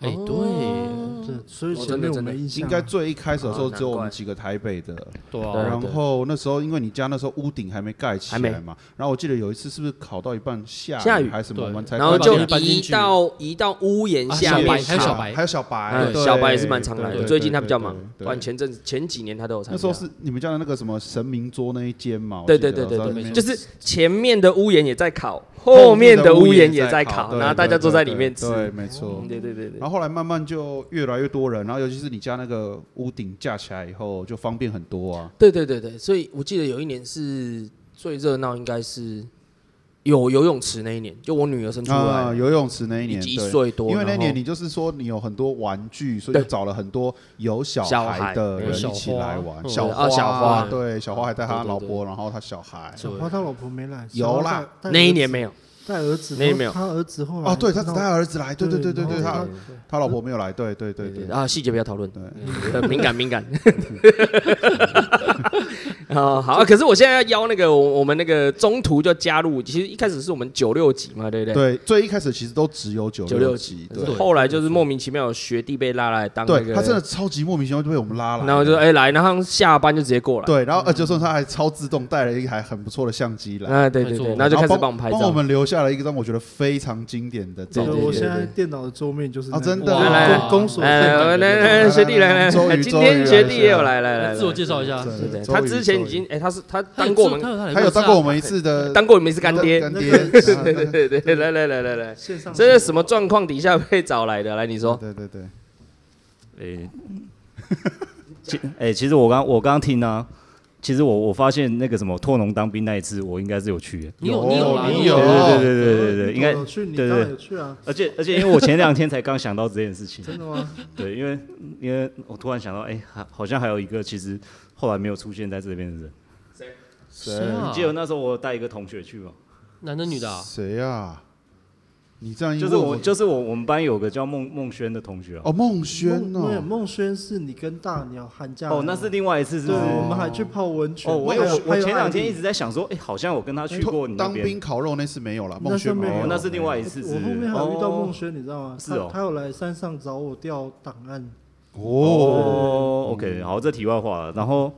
Speaker 3: 哎，对，
Speaker 4: 这所以
Speaker 2: 哦真
Speaker 4: 前
Speaker 2: 的
Speaker 4: 面我
Speaker 2: 真的
Speaker 4: 没印象
Speaker 1: 应
Speaker 4: 啊。
Speaker 1: 该最一开始的时
Speaker 2: 啊
Speaker 1: 候只有我
Speaker 2: 难怪
Speaker 1: 们几个台北的。
Speaker 3: 对
Speaker 2: 对
Speaker 3: 啊，
Speaker 1: 然后那时候因为你家那时候屋顶还没盖起
Speaker 2: 还没
Speaker 1: 来嘛，然后我记得有一次是不是烤到一半下
Speaker 2: 下雨
Speaker 1: 雨还是什么，
Speaker 3: 对
Speaker 1: 我们才
Speaker 2: 然后
Speaker 1: 搬
Speaker 2: 就
Speaker 1: 进来
Speaker 3: 搬进
Speaker 2: 移
Speaker 3: 去
Speaker 2: 到移到屋檐
Speaker 3: 啊
Speaker 2: 下
Speaker 3: 小白
Speaker 2: 面
Speaker 3: 还
Speaker 2: 去了。
Speaker 3: 有小白
Speaker 1: 还有小白
Speaker 2: 嗯，
Speaker 1: 对
Speaker 2: 小白也是蛮常来
Speaker 1: 对
Speaker 2: 的，
Speaker 1: 对
Speaker 2: 最近
Speaker 1: 对
Speaker 2: 他比较
Speaker 1: 对
Speaker 2: 忙，不
Speaker 1: 对
Speaker 2: 然前阵前几年他都有参加。
Speaker 1: 那时候是你们家的那个什么神明桌那一间嘛？我
Speaker 2: 对
Speaker 1: 记
Speaker 2: 对
Speaker 1: 得
Speaker 2: 对对
Speaker 1: 在那
Speaker 2: 对，
Speaker 1: 边
Speaker 2: 就是前面的屋檐也在烤，
Speaker 1: 后
Speaker 2: 面
Speaker 1: 的
Speaker 2: 屋
Speaker 1: 檐
Speaker 2: 也
Speaker 1: 在
Speaker 2: 烤，
Speaker 1: 对
Speaker 2: 然后大
Speaker 1: 对
Speaker 2: 家坐
Speaker 1: 对
Speaker 2: 在
Speaker 1: 对
Speaker 2: 里面吃。
Speaker 1: 对，没错
Speaker 2: 嗯。对对对对
Speaker 1: 然，后后来慢慢就越来越多人，然后尤其是你家那个屋顶架起来以后，就方便很多啊。
Speaker 2: 对对对对，所以我记得有一年是最热闹，应该是有游泳池那一年，就我女儿生出
Speaker 1: 啊，
Speaker 2: 来
Speaker 1: 游泳池那一
Speaker 2: 一
Speaker 1: 年，
Speaker 2: 一
Speaker 1: 对
Speaker 2: 岁多，
Speaker 1: 因为那
Speaker 2: 然后
Speaker 1: 年你就是说你有很多玩具，所以
Speaker 2: 对
Speaker 1: 就找了很多有小
Speaker 2: 小
Speaker 1: 孩
Speaker 2: 孩
Speaker 1: 的
Speaker 2: 对
Speaker 1: 人
Speaker 3: 小
Speaker 1: 一起
Speaker 3: 花
Speaker 1: 来玩。
Speaker 3: 嗯
Speaker 1: 小
Speaker 2: 啊小花
Speaker 1: 对，小花还带
Speaker 2: 对
Speaker 1: 他
Speaker 2: 对
Speaker 1: 老
Speaker 2: 对
Speaker 1: 婆，然后他小孩。
Speaker 4: 小花哦他老婆没来，
Speaker 1: 有
Speaker 4: 小花
Speaker 1: 啦
Speaker 4: 带，带
Speaker 2: 那一
Speaker 4: 儿
Speaker 2: 年
Speaker 4: 子
Speaker 2: 没有，
Speaker 4: 带儿子，
Speaker 2: 那一年没有
Speaker 4: 然后他儿子后来
Speaker 1: 哦，对，他只
Speaker 4: 闹
Speaker 1: 带他儿子来，对对对对
Speaker 4: 对
Speaker 1: 对，
Speaker 4: 然
Speaker 1: 他
Speaker 4: 后
Speaker 1: 他老婆没有来，对对对
Speaker 2: 对
Speaker 1: 对。
Speaker 2: 啊，细节不要讨论，
Speaker 1: 对
Speaker 2: 呃敏感敏感。哦，好、啊，可是我现在要邀那个我我们那个中途就加入，其实一开始是我们九六级嘛，对不对？
Speaker 1: 对，最一开始其实都只有九
Speaker 2: 九
Speaker 1: 六
Speaker 2: 六
Speaker 1: 级，
Speaker 2: 可是
Speaker 1: 对，
Speaker 2: 后来就是莫名其妙有学弟被拉来当那
Speaker 1: 对
Speaker 2: 个，
Speaker 1: 他真的超级莫名其妙就被我们拉了，
Speaker 2: 然后就说哎、来，然后下班就直接过来，
Speaker 1: 对，然后呃，就算他还超自动带了一台很不错的相机来，
Speaker 2: 啊对对
Speaker 3: 没错
Speaker 2: 对，然后就开
Speaker 1: 然
Speaker 2: 始
Speaker 1: 后
Speaker 2: 帮我们拍
Speaker 1: 帮我
Speaker 2: 照。
Speaker 1: 们留下了一张我觉得非常经典的照
Speaker 2: 对
Speaker 4: 对，
Speaker 2: 对对
Speaker 4: 我
Speaker 1: 片。
Speaker 4: 现
Speaker 2: 对
Speaker 4: 在电脑的桌面就是
Speaker 1: 啊真的
Speaker 4: 那个
Speaker 2: 来来
Speaker 4: 公公所
Speaker 2: 来哎来来来，学弟来来，今天学弟也有来来来，
Speaker 3: 自我介绍一下，
Speaker 2: 对对，
Speaker 1: 终于
Speaker 2: 他之前已经哎，他是他当过我们，
Speaker 3: 们
Speaker 1: 他有当过我们一次的
Speaker 2: 当过你们一次干爹，
Speaker 1: 干
Speaker 4: 那
Speaker 1: 爹，
Speaker 4: 个
Speaker 1: 啊
Speaker 2: 对对对对，来来来来来，
Speaker 4: 线上
Speaker 2: 这是什么状况底下被找来的？ 来你说，
Speaker 1: 对对对，
Speaker 5: 诶，其诶，其实我刚我刚刚听呢、其实我我发现那个什么拓农当兵那一次，我应该是有去的。
Speaker 3: 你有你有啦
Speaker 1: 你有，
Speaker 3: 有
Speaker 5: 对对对对对对，应该
Speaker 4: 啊有去，你
Speaker 5: 对
Speaker 4: 当然
Speaker 5: 对
Speaker 4: 有，去啊，
Speaker 5: 而且而且，因为我前两天才刚想到这件事情，
Speaker 4: 真的吗？
Speaker 5: 对，因为因为我突然想到，哎、还好像还有一个其实后来没有出现在这边的人。
Speaker 3: 谁啊
Speaker 5: 你记得那时候我有带一个同学去吗？
Speaker 3: 男的女的啊？
Speaker 1: 谁呀？你这样一
Speaker 5: 就
Speaker 1: 问
Speaker 5: 是我就是我我们班有个叫孟孟轩的同学啊。
Speaker 1: 哦，孟轩
Speaker 4: 梦没有
Speaker 1: 哦，
Speaker 4: 孟轩是你跟大鸟寒假
Speaker 5: 哦，那是另外一次，是
Speaker 4: 对，
Speaker 5: 不是？
Speaker 4: 我们还去泡温泉。
Speaker 5: 哦，我
Speaker 4: 还
Speaker 5: 有
Speaker 4: 有
Speaker 5: 我前两天一
Speaker 4: 直
Speaker 5: 直在想说，哎、好像我跟他去过你那
Speaker 1: 当
Speaker 5: 边。
Speaker 1: 兵烤肉那次没有了，孟
Speaker 4: 那时
Speaker 1: 轩
Speaker 4: 候没有
Speaker 5: 哦，那是另外
Speaker 1: 一
Speaker 5: 一次，
Speaker 4: 哎我
Speaker 5: 是
Speaker 4: 后
Speaker 5: 不是
Speaker 4: 面还有遇到孟
Speaker 5: 哦
Speaker 4: 轩，你知道吗？
Speaker 5: 是哦
Speaker 4: 他他有来山上找我调档案，
Speaker 1: 哦，
Speaker 5: 哦，OK，好，这题外话了。然后，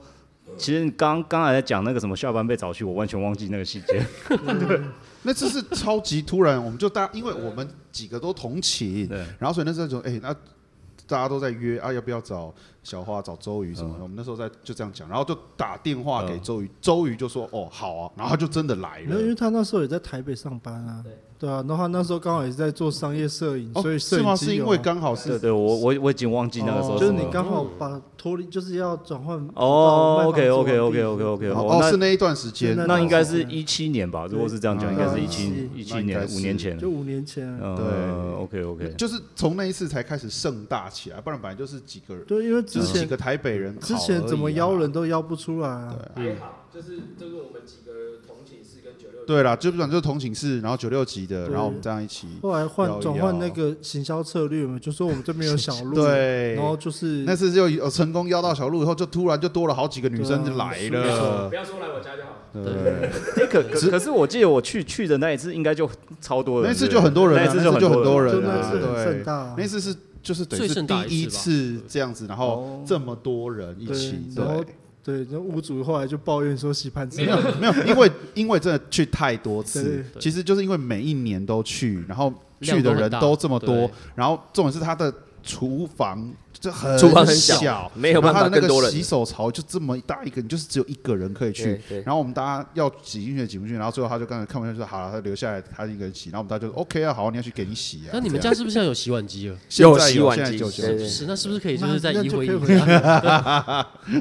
Speaker 5: 其实刚刚才在讲那个什么下班被找去，我完全忘记那个细节。
Speaker 1: 那次是超级突然，我们就大，因为我们几个都同寝，
Speaker 5: 对，
Speaker 1: 然后所以那时候就哎、那大家都在约啊，要不要找小花、找周瑜什
Speaker 4: 嗯
Speaker 1: 么的？我们那时候在就这样讲，然后就打电话给周瑜，周瑜就说哦好啊，然后他就真的
Speaker 5: 哎
Speaker 1: 来
Speaker 4: 没有，因为
Speaker 1: 了。
Speaker 4: 嗯他那时候也在台北上班啊。对啊，然后他那时候刚好也是在做商业摄影，
Speaker 1: 哦
Speaker 4: 所以，摄
Speaker 1: 是
Speaker 4: 影
Speaker 1: 吗？
Speaker 4: 机
Speaker 1: 是因
Speaker 4: 有
Speaker 1: 为
Speaker 4: 啊
Speaker 1: 刚好
Speaker 5: 对
Speaker 1: 是
Speaker 5: 对，我我我已经忘记那个时候
Speaker 1: 哦
Speaker 5: 什
Speaker 4: 就
Speaker 5: 么
Speaker 4: 是
Speaker 5: 了。
Speaker 4: 你刚好把脱离，就是要转换到卖房子往地
Speaker 5: 哦，OK，OK，OK，OK，OK，
Speaker 4: 方
Speaker 5: OK，OK，OK，OK
Speaker 1: 哦
Speaker 5: 哦那
Speaker 1: 是那一段时间，
Speaker 4: 那
Speaker 5: 那应该是一七年吧，如果是这样讲，应该是
Speaker 4: 对
Speaker 5: 一七一七
Speaker 1: 那应
Speaker 5: 年
Speaker 1: 该，
Speaker 5: 五
Speaker 1: 是
Speaker 5: 年前。
Speaker 4: 就五年前啊。
Speaker 5: 嗯，OK OK，
Speaker 1: 就是从那一次才开始盛大起来，不然本来就是几个人，
Speaker 4: 对，因为
Speaker 1: 就
Speaker 4: 之
Speaker 5: 嗯
Speaker 1: 是几
Speaker 4: 前
Speaker 1: 个台北人、
Speaker 4: 之前怎
Speaker 5: 啊
Speaker 4: 么邀？人都邀不出来啊。
Speaker 2: 就是就是我们几个同寝室跟九六，
Speaker 1: 对啦，就不然就是同寝室，然后九六级的，
Speaker 4: 对
Speaker 1: 然后我们这样一起，
Speaker 4: 后来
Speaker 1: 邀
Speaker 4: 换
Speaker 1: 一
Speaker 4: 转换那
Speaker 1: 邀
Speaker 4: 个行销策略嘛，就说我们 这边有小路，
Speaker 1: 对，
Speaker 4: 然后就是
Speaker 1: 那次就有成功邀到小鹿以后，就突然就多了好几个女生就
Speaker 4: 啊
Speaker 1: 来了。
Speaker 2: 要说来我家就好。
Speaker 1: 对，
Speaker 5: 哎，可可可是我记得我去去的那一次，应该就超多人，
Speaker 1: 那次就很多人啊，
Speaker 5: 那一次
Speaker 1: 就
Speaker 5: 很
Speaker 1: 很多
Speaker 4: 就
Speaker 1: 人
Speaker 4: 那
Speaker 1: 啊，
Speaker 4: 次很盛
Speaker 1: 对，
Speaker 4: 大啊，
Speaker 1: 那次是就是等于
Speaker 3: 最
Speaker 1: 是
Speaker 3: 盛大
Speaker 1: 第一
Speaker 3: 一
Speaker 1: 次这样子，然后这么多人一起，
Speaker 4: 哦
Speaker 1: 对
Speaker 4: 对，然，后对，然后屋主后来就抱怨说洗盘子
Speaker 1: 没 有没有，因为因为真的去太多次
Speaker 4: 对，
Speaker 3: 对
Speaker 1: 其实就是因为每一年都去，然后
Speaker 3: 量
Speaker 1: 去的
Speaker 3: 都很
Speaker 1: 人
Speaker 3: 大
Speaker 1: 都这么多
Speaker 3: 对，
Speaker 1: 然后重点是他的厨房就很
Speaker 2: 厨房很
Speaker 1: 小
Speaker 2: 小，没有办法
Speaker 1: 然后他的那
Speaker 2: 更多
Speaker 1: 个
Speaker 2: 人
Speaker 1: 洗手槽就这么大一个，你就是只有一个人可以去
Speaker 2: 对。对
Speaker 1: 然后我们大家要挤进去挤不进去，然后最后他就刚才看不下去说好了，他留下来他一个人洗，然后我们大家就 OK 啊，好啊，你要去给你洗啊。
Speaker 3: 那你们
Speaker 1: 这
Speaker 3: 家
Speaker 1: 样
Speaker 3: 是不是现在有洗碗机了？
Speaker 1: 现在有
Speaker 2: 有洗碗
Speaker 1: 现在
Speaker 2: 机
Speaker 1: 就
Speaker 2: 对对
Speaker 3: 是，那是不是可以就
Speaker 4: 那
Speaker 3: 是在
Speaker 4: 那
Speaker 3: 一
Speaker 4: 就
Speaker 3: 回
Speaker 4: 可以
Speaker 3: 一
Speaker 4: 回？家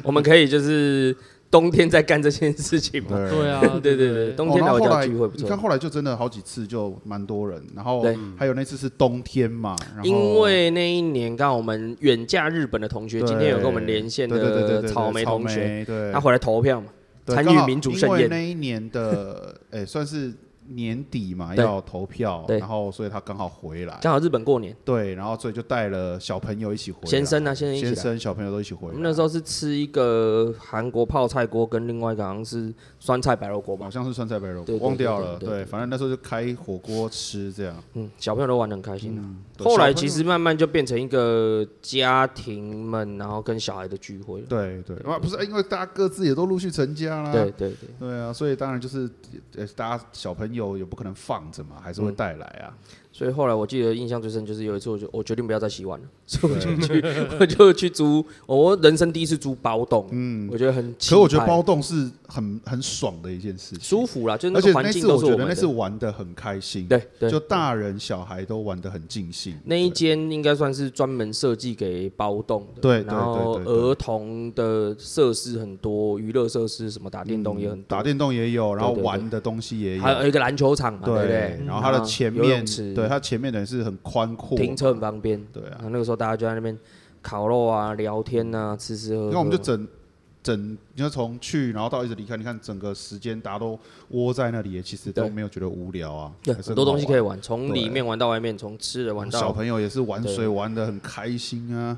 Speaker 2: 我们可以就是冬天在干这件事情嘛。
Speaker 1: 对
Speaker 3: 对啊，
Speaker 2: 对对
Speaker 3: 对
Speaker 2: 对，
Speaker 1: 哦
Speaker 2: 冬天
Speaker 1: 然
Speaker 2: 来
Speaker 1: 后
Speaker 2: 我
Speaker 1: 后
Speaker 2: 家
Speaker 1: 来
Speaker 2: 聚会不
Speaker 1: 你看
Speaker 2: 错。
Speaker 1: 后来就真的好几次就蛮多人，然后
Speaker 2: 对
Speaker 1: 还有那次是冬天嘛，然后
Speaker 2: 因为那一年刚好我们远嫁日本的同学，
Speaker 1: 对
Speaker 2: 今天有跟我们连线
Speaker 1: 对对对对
Speaker 2: 的
Speaker 1: 对
Speaker 2: 草莓同
Speaker 1: 草
Speaker 2: 学，
Speaker 1: 莓对，
Speaker 2: 他回来投票嘛，
Speaker 1: 对
Speaker 2: 参
Speaker 1: 刚
Speaker 2: 与
Speaker 1: 好
Speaker 2: 民主盛
Speaker 1: 因为
Speaker 2: 宴。
Speaker 1: 那一年的， 哎，算是年底嘛，
Speaker 2: 对
Speaker 1: 要投票，
Speaker 2: 对
Speaker 1: 然后所以他刚好回来，
Speaker 2: 刚好日本过年，
Speaker 1: 对，然后所以就带了小朋友一起回来，
Speaker 2: 先生啊，先生一起
Speaker 1: 先
Speaker 2: 来。
Speaker 1: 生小朋友都一起回
Speaker 2: 我
Speaker 1: 来。
Speaker 2: 们那时候是吃一个韩国泡菜锅，跟另外一个好像是酸菜白肉锅吧
Speaker 1: 好。像是酸菜白肉
Speaker 2: 对对，对
Speaker 1: 忘掉了。
Speaker 2: 对对
Speaker 1: 对，反正那时候就开火锅吃这样。
Speaker 2: 嗯，小朋友都玩得很开心啊。
Speaker 1: 嗯对
Speaker 2: 后
Speaker 1: 小
Speaker 2: 来
Speaker 1: 朋友
Speaker 2: 其实慢慢就变成一个家庭们，然后跟小孩的聚会了。
Speaker 1: 对对，哇，不是因为大家各自也都陆续成家啦。
Speaker 2: 对对对，
Speaker 1: 对啊，所以当然就是，呃，大家小朋友也不可能放着嘛，还是会带来啊。
Speaker 2: 所以后来我记得印象最深就是有一次，我就我决定不要再洗 碗了，所以我就去 我就去租，我人生第一次租包栋，嗯，我觉得很气派，
Speaker 1: 可我觉得包栋是很很爽的一件事情，
Speaker 2: 舒服啦，就是
Speaker 1: 而
Speaker 2: 那
Speaker 1: 且
Speaker 2: 个
Speaker 1: 那
Speaker 2: 环
Speaker 1: 次
Speaker 2: 境都是
Speaker 1: 觉
Speaker 2: 们
Speaker 1: 得那
Speaker 2: 的。
Speaker 1: 次玩的很开心，
Speaker 2: 对对，
Speaker 1: 就大人小孩都玩的很尽兴。
Speaker 2: 那一间应该算是专门设计给包栋的，
Speaker 1: 对对
Speaker 2: 然后
Speaker 1: 对对对
Speaker 2: 儿童的设施很多，娱乐设施什么打电动也很
Speaker 1: 嗯
Speaker 2: 多，
Speaker 1: 打电动也有，然后
Speaker 2: 对对对
Speaker 1: 玩的东西也有，
Speaker 2: 还有一个篮球场嘛，对不对？嗯
Speaker 1: 然后它的前
Speaker 2: 游
Speaker 1: 面
Speaker 2: 泳，池
Speaker 1: 对它前面等于是很宽阔，
Speaker 2: 停车很方便，
Speaker 1: 对啊
Speaker 2: 然，后那个时候大家就在那边烤肉啊、聊天啊、吃吃喝喝。
Speaker 1: 因为我们就整整，你要从去然后到一直离开，你看整个时间大家都窝在那里，也其实都
Speaker 2: 对
Speaker 1: 没有觉得无聊啊，
Speaker 2: 对
Speaker 1: 还是
Speaker 2: 很多东西可以
Speaker 1: 以。
Speaker 2: 玩，从
Speaker 1: 对
Speaker 2: 里面玩到外面，从吃的玩
Speaker 1: 小
Speaker 2: 到，
Speaker 1: 朋友也是玩
Speaker 2: 对
Speaker 1: 水玩的很开心啊，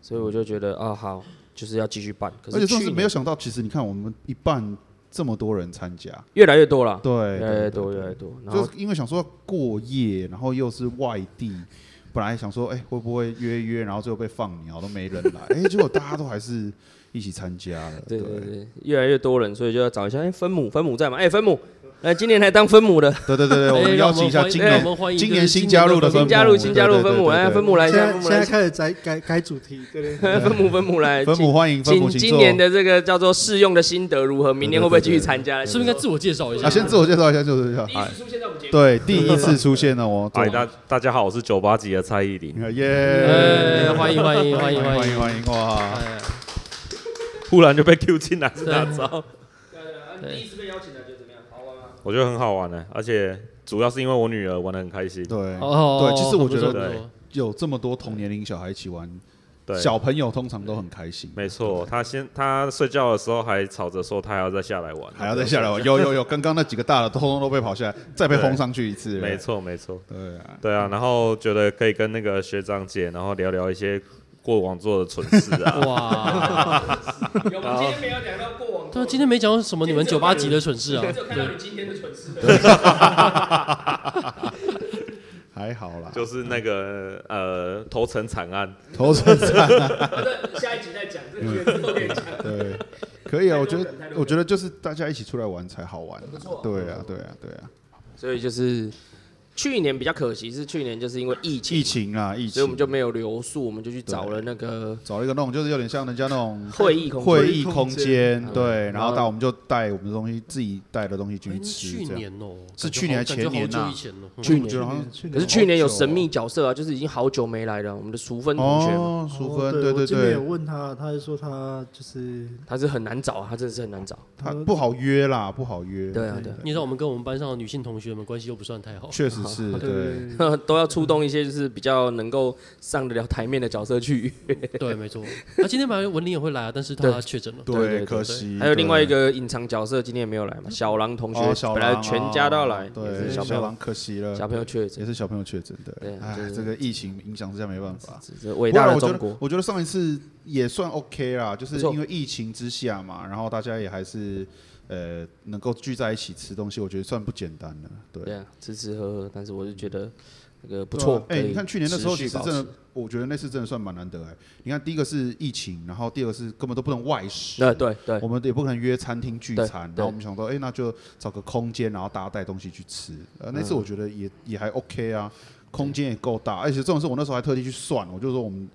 Speaker 2: 所以我就觉得啊，好，就是要继续办。可
Speaker 1: 而且
Speaker 2: 是
Speaker 1: 上次
Speaker 2: 去
Speaker 1: 没有
Speaker 2: 年
Speaker 1: 想到，其实你看我们一半这么多人参加，
Speaker 2: 越来越多了，
Speaker 1: 对，
Speaker 2: 越来
Speaker 1: 对
Speaker 2: 越多，越来越多。然
Speaker 1: 就
Speaker 2: 后
Speaker 1: 是因为想说过夜，然后又是外地，本来想说哎、会不会约一约，然后最后被放鸟都没人来，哎、结果大家都还是一起参加了，
Speaker 2: 对
Speaker 1: 对
Speaker 2: 对对，越来越多人，所以就要找一下，哎、分母分母在吗？哎、分母，哎、今年来当分母的，
Speaker 1: 对对对对，我
Speaker 3: 哎
Speaker 1: 们
Speaker 3: 让
Speaker 1: 邀请一下
Speaker 3: 欢迎
Speaker 1: 今
Speaker 3: 让
Speaker 1: 年
Speaker 3: 我们欢迎
Speaker 1: 今
Speaker 3: 就是
Speaker 1: 年新加入的
Speaker 3: 分
Speaker 1: 分
Speaker 2: 新
Speaker 1: 母
Speaker 2: 加入新加入
Speaker 1: 对对
Speaker 2: 分
Speaker 1: 对
Speaker 2: 母，
Speaker 1: 对
Speaker 2: 哎，
Speaker 1: 对
Speaker 2: 分母来一
Speaker 4: 现
Speaker 2: 下，
Speaker 4: 在
Speaker 2: 分母
Speaker 4: 现
Speaker 2: 来一
Speaker 4: 在
Speaker 2: 下，
Speaker 4: 开始改改改主题，对不 对？
Speaker 2: 分母分母
Speaker 3: 哎
Speaker 2: 来。
Speaker 1: 分
Speaker 2: 今
Speaker 1: 母欢迎分母，
Speaker 2: 今
Speaker 1: 请
Speaker 2: 今
Speaker 1: 坐
Speaker 2: 年的这个叫做试用的心得如何？明年会不会继续参加？
Speaker 3: 是不是应该自我介绍一下？
Speaker 1: 啊，先自我介绍一下，就是这样
Speaker 2: 第一次出现在我们节目？
Speaker 1: 对，第一次出现了我，
Speaker 6: 哎，大大家好，我是九八级的蔡依林。
Speaker 1: 耶
Speaker 3: 哎，！欢迎欢迎欢迎
Speaker 1: 欢
Speaker 3: 欢
Speaker 1: 迎
Speaker 3: 迎！
Speaker 1: 欢迎哇！
Speaker 3: 哎，
Speaker 6: 忽然就被 Q 进来是哪招？
Speaker 3: 对
Speaker 2: 第一次被邀请来就怎么样？好玩啊 吗？
Speaker 6: 我觉得很好玩呢、而且主要是因为我女儿玩的很开心。
Speaker 1: 对，
Speaker 3: 哦，
Speaker 1: 对其实我觉得
Speaker 3: 很不错很不错。
Speaker 1: 有这么多同年龄小孩一起玩，
Speaker 6: 对，
Speaker 1: 小朋友通常都很开心，
Speaker 6: 没错，她先她睡觉的时候还吵着说她还要再下来玩，
Speaker 1: 还要再下来玩。有有有，刚刚那几个大的通通都被跑下来，再被轰上去一次。
Speaker 6: 没，错没错，
Speaker 1: 对啊，
Speaker 6: 对啊，然后觉得可以跟那个学长姐，然后聊聊一些过往做的蠢事啊
Speaker 3: 哇，
Speaker 2: 有吗？今天没有讲到过往。
Speaker 3: 对啊，今天没讲什么你们酒吧级的蠢事啊，
Speaker 2: 只有看到你今天的蠢 事。
Speaker 1: 还好啦，
Speaker 6: 就是那个呃头层惨案，
Speaker 1: 头层战。
Speaker 2: 下一集再讲，这个之后可以讲。
Speaker 1: 对，可以啊，我觉
Speaker 2: 太多梗太
Speaker 1: 得
Speaker 2: 多梗
Speaker 1: 我觉得就是大家一起出来玩才好玩啊。
Speaker 2: 错
Speaker 1: 对啊，对啊，对啊。
Speaker 2: 所以就是去年比较可惜，是去年就是因为疫情，
Speaker 1: 疫情啊，疫情，
Speaker 2: 所以我们就没有留宿，我们就去找了那个
Speaker 1: 找了一个那种就是有点像人家那种
Speaker 2: 会议空间。
Speaker 1: 会议空间，
Speaker 2: 嗯
Speaker 1: 对，然后
Speaker 2: 然后
Speaker 1: 带我们就带我们的东西，自己带的东西进
Speaker 3: 哎
Speaker 1: 去吃，
Speaker 3: 去
Speaker 1: 这样。
Speaker 3: 年哦，
Speaker 1: 是
Speaker 3: 感觉
Speaker 1: 去年
Speaker 3: 好
Speaker 1: 还前年
Speaker 3: 感觉
Speaker 1: 呐
Speaker 3: 好久以前哦，嗯
Speaker 2: 去年
Speaker 1: 我觉得好像
Speaker 4: 去
Speaker 2: 可是去年有神秘角色啊，就是已经好久没来了，我们的淑芬同学嘛，
Speaker 1: 哦， 淑芬，
Speaker 4: 哦
Speaker 1: 对
Speaker 4: 我
Speaker 1: 对
Speaker 4: 这边有
Speaker 1: 对，
Speaker 4: 问他，他就说他就是
Speaker 2: 他是很难找啊，他真的是很难找。
Speaker 1: 他不好约啦，不好约，
Speaker 2: 对啊，对
Speaker 3: 你知道我们跟我们班上的女性同学们关系又不算太好，
Speaker 1: 确实 是，对，
Speaker 4: 对
Speaker 2: 啊，都要出动一些就是比较能够上得了台面的角色去。
Speaker 3: 对，没错。那今天本来文林也会来啊，但是他
Speaker 2: 对
Speaker 3: 确诊了。
Speaker 2: 对对对
Speaker 1: 可惜。
Speaker 2: 还有另外一
Speaker 1: 嗯对。
Speaker 2: 个隐藏角色今天也没有来嘛，小狼同学
Speaker 1: 哦，小
Speaker 2: 本来
Speaker 1: 狼
Speaker 2: 全家都要
Speaker 1: 哦
Speaker 2: 来，也
Speaker 1: 对，
Speaker 2: 是小
Speaker 1: 小
Speaker 2: 朋友
Speaker 1: 狼可惜了，
Speaker 2: 小朋友确诊
Speaker 1: 也，是小朋友确诊
Speaker 2: 对
Speaker 1: 的
Speaker 2: 啊，就
Speaker 1: 哎，
Speaker 2: 是
Speaker 1: 这个疫情影响之下没办法。
Speaker 2: 这这伟大
Speaker 1: 不过
Speaker 2: 的中
Speaker 1: 我觉得
Speaker 2: 国，
Speaker 1: 我觉得上一次也算 OK 啦，就是
Speaker 2: 不错
Speaker 1: 因为疫情之下嘛，然后大家也还是呃能够聚在一起吃东西，我觉得算不简单了。对，
Speaker 2: 对啊，吃吃喝喝，但是我就觉得那个不
Speaker 1: 对啊
Speaker 2: 错。
Speaker 1: 哎、
Speaker 2: 可以
Speaker 1: 你看去年的时候，
Speaker 2: 持
Speaker 1: 其
Speaker 2: 续
Speaker 1: 实真
Speaker 2: 保持
Speaker 1: 的，我觉得那次真的算蛮难得哎、你看，第一个是疫情，然后第二个是根本都不能外食，
Speaker 2: 对对对
Speaker 1: 我们也不可能约餐厅聚
Speaker 2: 对
Speaker 1: 餐，然
Speaker 2: 对
Speaker 1: 后我们想说，哎、那就找个空间，然后大家带东西去吃。呃，
Speaker 2: 嗯
Speaker 1: 那次我觉得也、也还 OK 啊，空间也够大，而且这种事我那时候还特地去算，我就说我们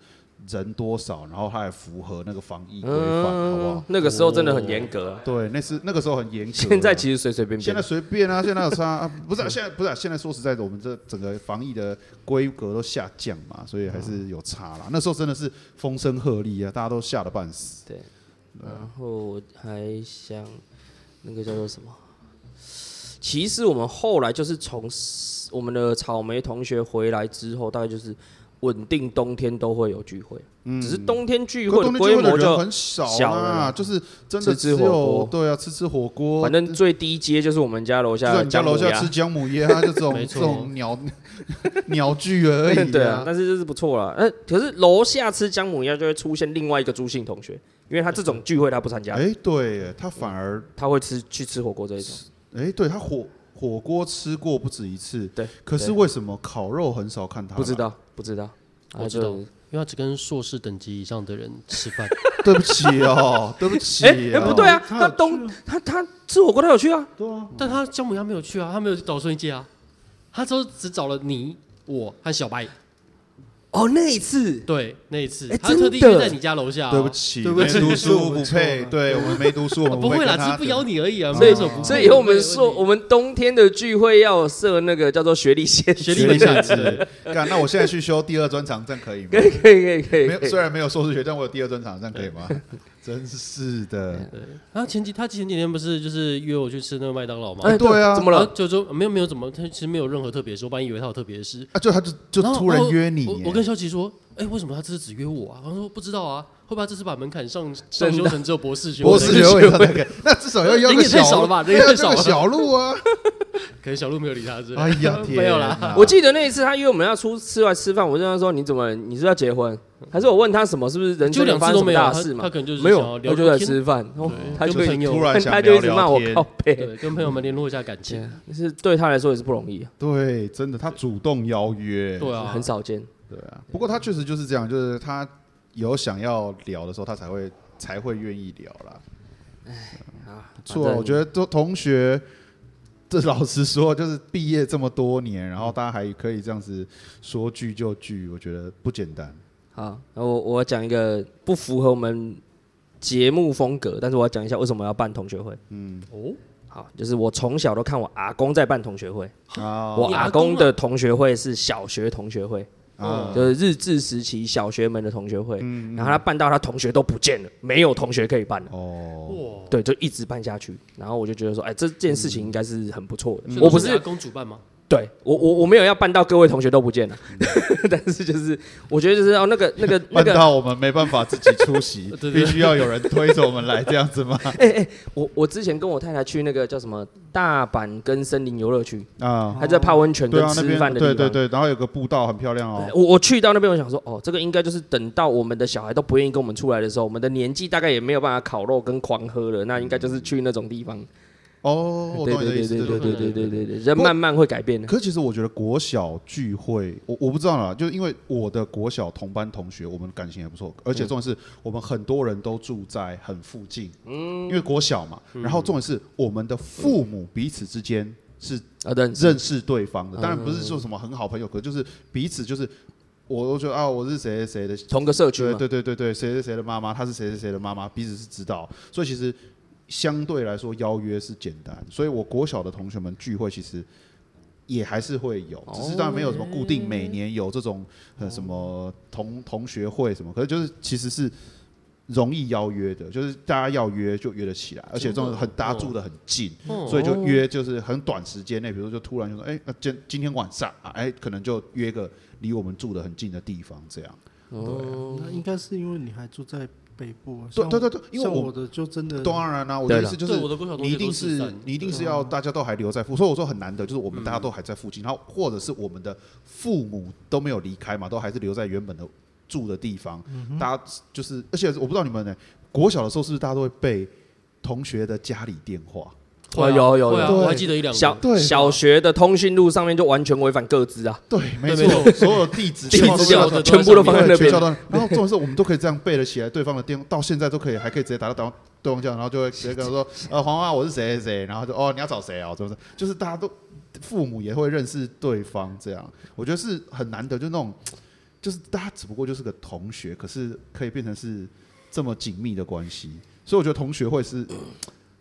Speaker 1: 人多少，然后它还符合那个防疫规范，好不好？
Speaker 2: 嗯那个时候真的很严格啊，
Speaker 1: 对，那是那个时候很严格啊。
Speaker 2: 现在其实随随便
Speaker 1: 现在
Speaker 2: 便。
Speaker 1: 随便啊，现在有差、啊，不是啊、现在不是啊、现在说实在的，我们这整个防疫的规格都下降嘛，所以还
Speaker 2: 嗯
Speaker 1: 是有差啦。那时候真的是风声鹤唳啊，大家都吓得半死。
Speaker 2: 然后我还想那个叫做什么？其实我们后来就是从我们的草莓同学回来之后，大概就是稳定冬天都会有聚会，只是冬天聚
Speaker 1: 嗯可
Speaker 2: 会
Speaker 1: 冬
Speaker 2: 的
Speaker 1: 天
Speaker 2: 规
Speaker 1: 聚会
Speaker 2: 模
Speaker 1: 的人
Speaker 2: 就
Speaker 1: 很少
Speaker 2: 小了
Speaker 1: 啦，
Speaker 2: 啦
Speaker 1: 就是真的
Speaker 2: 吃
Speaker 1: 只
Speaker 2: 吃火
Speaker 1: 有
Speaker 2: 锅
Speaker 1: 对啊，吃吃火锅，
Speaker 2: 反正
Speaker 1: 就
Speaker 2: 最低阶就是我们家楼下
Speaker 1: 在
Speaker 2: 的
Speaker 1: 你家
Speaker 2: 姜母
Speaker 1: 楼下
Speaker 2: 鸭
Speaker 1: 吃姜母鸭，就这 种
Speaker 3: 没
Speaker 1: 这
Speaker 3: 错
Speaker 1: 种鸟 鸟聚而已、
Speaker 2: 对啊
Speaker 1: 啊，，
Speaker 2: 但是就是不错啦。呃，可是楼下吃姜母鸭就会出现另外一个朱姓同学，因为他这种聚会他不参加，
Speaker 1: 哎、对耶，他反而
Speaker 2: 他会吃去吃火锅这一种。
Speaker 1: 哎、对他火火锅吃过不止一次，
Speaker 2: 对，
Speaker 1: 可是
Speaker 2: 对
Speaker 1: 为什么烤肉很少看他？
Speaker 2: 不知。道，不知道，
Speaker 3: 我知道因为他只跟硕士等级以上的人吃饭，
Speaker 1: 对不起哦， 对不起、
Speaker 2: 哎
Speaker 1: 哦
Speaker 2: 哎，不对啊，
Speaker 4: 他有
Speaker 2: 他冬他他吃火锅他有去啊，
Speaker 4: 对啊，
Speaker 3: 但他姜母鸭没有去啊，他没有找孙姐啊，他都只找了你、我和小白。
Speaker 2: 哦那一次，
Speaker 3: 对，那一次
Speaker 2: 哎
Speaker 3: 他特地
Speaker 2: 真的
Speaker 3: 约在你家楼下哦。
Speaker 1: 对不起，
Speaker 4: 对不
Speaker 1: 没
Speaker 4: 起
Speaker 1: 读
Speaker 4: 是我
Speaker 1: 书
Speaker 4: 们
Speaker 1: 不
Speaker 4: 错了
Speaker 1: 配，对我们没读书，我
Speaker 3: 哦，
Speaker 1: 们
Speaker 3: 不会啦，
Speaker 1: 跟
Speaker 3: 只
Speaker 1: 他
Speaker 3: 是不邀你而已啊。
Speaker 2: 所以
Speaker 3: 没有什么不
Speaker 2: 所以
Speaker 3: 配
Speaker 2: 以后我们
Speaker 3: 没
Speaker 2: 说
Speaker 3: 有问题
Speaker 2: 我们冬天的聚会要设那个叫做学历限 制，
Speaker 3: 学历
Speaker 1: 学
Speaker 3: 门
Speaker 1: 历限
Speaker 3: 槛
Speaker 1: 制。 干，那我现在去修第二专长，这样可以吗？
Speaker 2: 可以可以可以可以，
Speaker 1: 没有，
Speaker 2: 可以
Speaker 1: 虽然没有硕士学，但我有第二专长，这样可以吗？ 真是的，
Speaker 3: 然后啊前几他前几天不是就是约我去吃那个麦当劳嘛，
Speaker 2: 哎
Speaker 1: 对啊
Speaker 2: 怎么
Speaker 3: 然
Speaker 2: 了
Speaker 3: 后？就说没有没有怎么，他其实没有任何特别事，我本来以为他有特别事。
Speaker 1: 啊，就他就就
Speaker 3: 然后
Speaker 1: 突然
Speaker 3: 我
Speaker 1: 约你
Speaker 3: 我
Speaker 1: 耶，
Speaker 3: 我跟问肖琪说：“哎、为什么他这次只约我啊？”他说：“不知道啊，会不会他这次把门槛上上修成只有博士学位？
Speaker 1: 博士学位那个，那至少要要
Speaker 3: 人
Speaker 1: 个
Speaker 3: 也太
Speaker 1: 小
Speaker 3: 少了
Speaker 1: 路
Speaker 3: 吧
Speaker 1: 对
Speaker 3: 人也
Speaker 1: 啊
Speaker 3: 太
Speaker 1: 这
Speaker 3: 少
Speaker 1: 个
Speaker 3: 了
Speaker 1: 小路 啊！
Speaker 3: 可能小鹿没有理他，是吧
Speaker 1: 哎呀，天
Speaker 3: 没有啦
Speaker 1: 哪
Speaker 2: 我记得那一次他约我们要出吃完吃饭，我就跟他说：“你怎么你是不是要结婚？”还是我问他什么是不是人
Speaker 3: 就
Speaker 2: 生有
Speaker 3: 两
Speaker 2: 发
Speaker 3: 次
Speaker 2: 生
Speaker 3: 都
Speaker 2: 什
Speaker 3: 没
Speaker 2: 么
Speaker 3: 有啊，
Speaker 2: 大
Speaker 3: 他
Speaker 2: 事嘛
Speaker 3: 他？可能就是
Speaker 2: 没
Speaker 3: 想要
Speaker 2: 有，
Speaker 3: 聊
Speaker 2: 我就在
Speaker 3: 个天，
Speaker 2: 吃饭，然后
Speaker 3: 对
Speaker 2: 他就
Speaker 3: 跟朋友
Speaker 1: 突然想
Speaker 2: 他就一直
Speaker 1: 聊
Speaker 2: 骂
Speaker 1: 聊
Speaker 2: 我
Speaker 1: 天
Speaker 2: 靠背，
Speaker 3: 对，跟朋友们联络一下感 情，
Speaker 2: 是对他来说也是不容易啊，
Speaker 1: 对，真的，他主动邀约，
Speaker 3: 对啊，
Speaker 2: 很少见。
Speaker 1: 对啊。不过他确实就是这样，就是他有想要聊的时候，他才会才会愿意聊啦。
Speaker 2: 啊，
Speaker 1: 不错啊，我觉得都同学，这老实说，就是毕业这么多年，然后大家还可以这样子说聚就聚，我觉得不简单。
Speaker 2: 好，那我我讲一个不符合我们节目风格，但是我要讲一下为什么要办同学会。
Speaker 3: 哦，
Speaker 2: 好，就是我从小都看我阿公在办同学会，
Speaker 1: 啊
Speaker 2: 我
Speaker 3: 你
Speaker 2: 阿
Speaker 3: 阿公
Speaker 2: 公的同学会是小学同学会，
Speaker 1: 啊，
Speaker 2: 就是日治时期小学们的同学会，
Speaker 1: 嗯
Speaker 2: 然后他办到他同学都不见了，没有同学可以办了。
Speaker 1: 哦，
Speaker 3: 哇，
Speaker 2: 对，就一直办下去，然后我就觉得说，哎，这件事情应该是很不错的。
Speaker 3: 嗯所以
Speaker 2: 我不
Speaker 3: 你阿
Speaker 2: 是
Speaker 3: 公主办吗？，
Speaker 2: 对我我我没有要办到各位同学都不见了， 但是就是我觉得就是哦，那个那个那
Speaker 1: 嗯办
Speaker 2: 个，
Speaker 1: 到我们没办法自己出 席
Speaker 3: 对对
Speaker 1: 必须要有人推着我们来这样子吗？
Speaker 2: 我我之前跟我太太去那个叫什么大阪跟森林游乐区，
Speaker 1: 啊，
Speaker 2: 她在泡温泉
Speaker 1: 对
Speaker 2: 跟
Speaker 1: 啊，那
Speaker 2: 吃
Speaker 1: 边
Speaker 2: 饭的地
Speaker 1: 对
Speaker 2: 方。
Speaker 1: 对对，然后有个步道很漂亮哦
Speaker 2: 对。我我去到那边，我想说，哦，这个应该就是等到我们的小孩都不愿意跟我们出来的时候，我们的年纪大概也没有办法烤肉跟狂喝了，那应该就是去那种地方。
Speaker 1: 哦，我
Speaker 2: 对
Speaker 1: 懂你
Speaker 2: 对
Speaker 1: 的意
Speaker 2: 对
Speaker 1: 思，对对
Speaker 2: 对对对
Speaker 1: 对对
Speaker 2: 对对
Speaker 1: 对。
Speaker 2: 对对，人慢慢会改变的。
Speaker 1: 可其实我觉得国小聚会，我我不知道啦，就是因为我的国小同班同学，我们感情也不错，而且重点是我们很多人都住在很附近，嗯，因为国小嘛，然后重点是我们的父母彼此之间是
Speaker 2: 啊，对，
Speaker 1: 认识对方的，当然不是说什么很好朋友，可就是彼此就是。我都觉得啊，我是谁谁谁的
Speaker 2: 同个社区
Speaker 1: 对
Speaker 2: 嘛，
Speaker 1: 对对对对，谁谁谁的妈妈，她是谁谁谁的妈妈，彼此是知道，所以其实相对来说邀约是简单，所以我国小的同学们聚会其实也还是会有，
Speaker 2: 哦
Speaker 1: 只是当然没有什么固定每年有这种呃什么同嗯同学会什么，可是就是其实是。容易邀约的，就是大家要约就约得起来，而且这种很大家住的很近，
Speaker 3: 哦
Speaker 1: 所以就约就是很短时间内，比如说就突然就说，哎、那今今天晚上，啊哎、可能就约个离我们住的很近的地方这样。
Speaker 2: 哦
Speaker 4: 那应该是因为你还住在北部啊，
Speaker 1: 对
Speaker 4: 像
Speaker 1: 对对对，因为
Speaker 4: 像
Speaker 1: 我
Speaker 4: 我的就真的
Speaker 1: 当然啊啦、我的
Speaker 2: 对
Speaker 1: 意
Speaker 2: 啦
Speaker 1: 思就
Speaker 3: 对我
Speaker 1: 是，
Speaker 3: 的国小同
Speaker 1: 你
Speaker 3: 学
Speaker 1: 一
Speaker 3: 都
Speaker 1: 定
Speaker 3: 是
Speaker 1: 是
Speaker 3: 散
Speaker 1: 你一定是要大家都还留在附，所以我说很难得，就是我
Speaker 3: 嗯
Speaker 1: 们大家都还在附近，然后或者是我们的父母都没有离开嘛，都还是留在原本的住的地方，大家就是，而且我不知道你们呢，国小的时候是不是大家都会背同学的家里电话？
Speaker 3: 会啊
Speaker 2: 哦有有
Speaker 3: 会啊
Speaker 2: 有
Speaker 3: 我还记得一两个
Speaker 2: 小
Speaker 1: 对啊
Speaker 2: 小学的通讯录上面就完全违反各自啊，
Speaker 1: 对，没
Speaker 3: 对没
Speaker 1: 错，所有地址
Speaker 2: 地
Speaker 1: 全部
Speaker 2: 址
Speaker 1: 都
Speaker 2: 表
Speaker 1: 在
Speaker 2: 全部都放在那
Speaker 1: 学
Speaker 2: 边
Speaker 1: 校。端，然后重点是我们都可以这样背了起来，对方的电到现在都可以，还可以直接打到对方对方家，然后就会直接跟他 说，呃，黄花，我是谁谁谁，然后就哦，你要找谁啊？怎么怎么，就是大家都父母也会认识对方，这样我觉得是很难得，就那种就是大家只不过就是个同学，可是可以变成是这么紧密的关系，所以我觉得同学会是。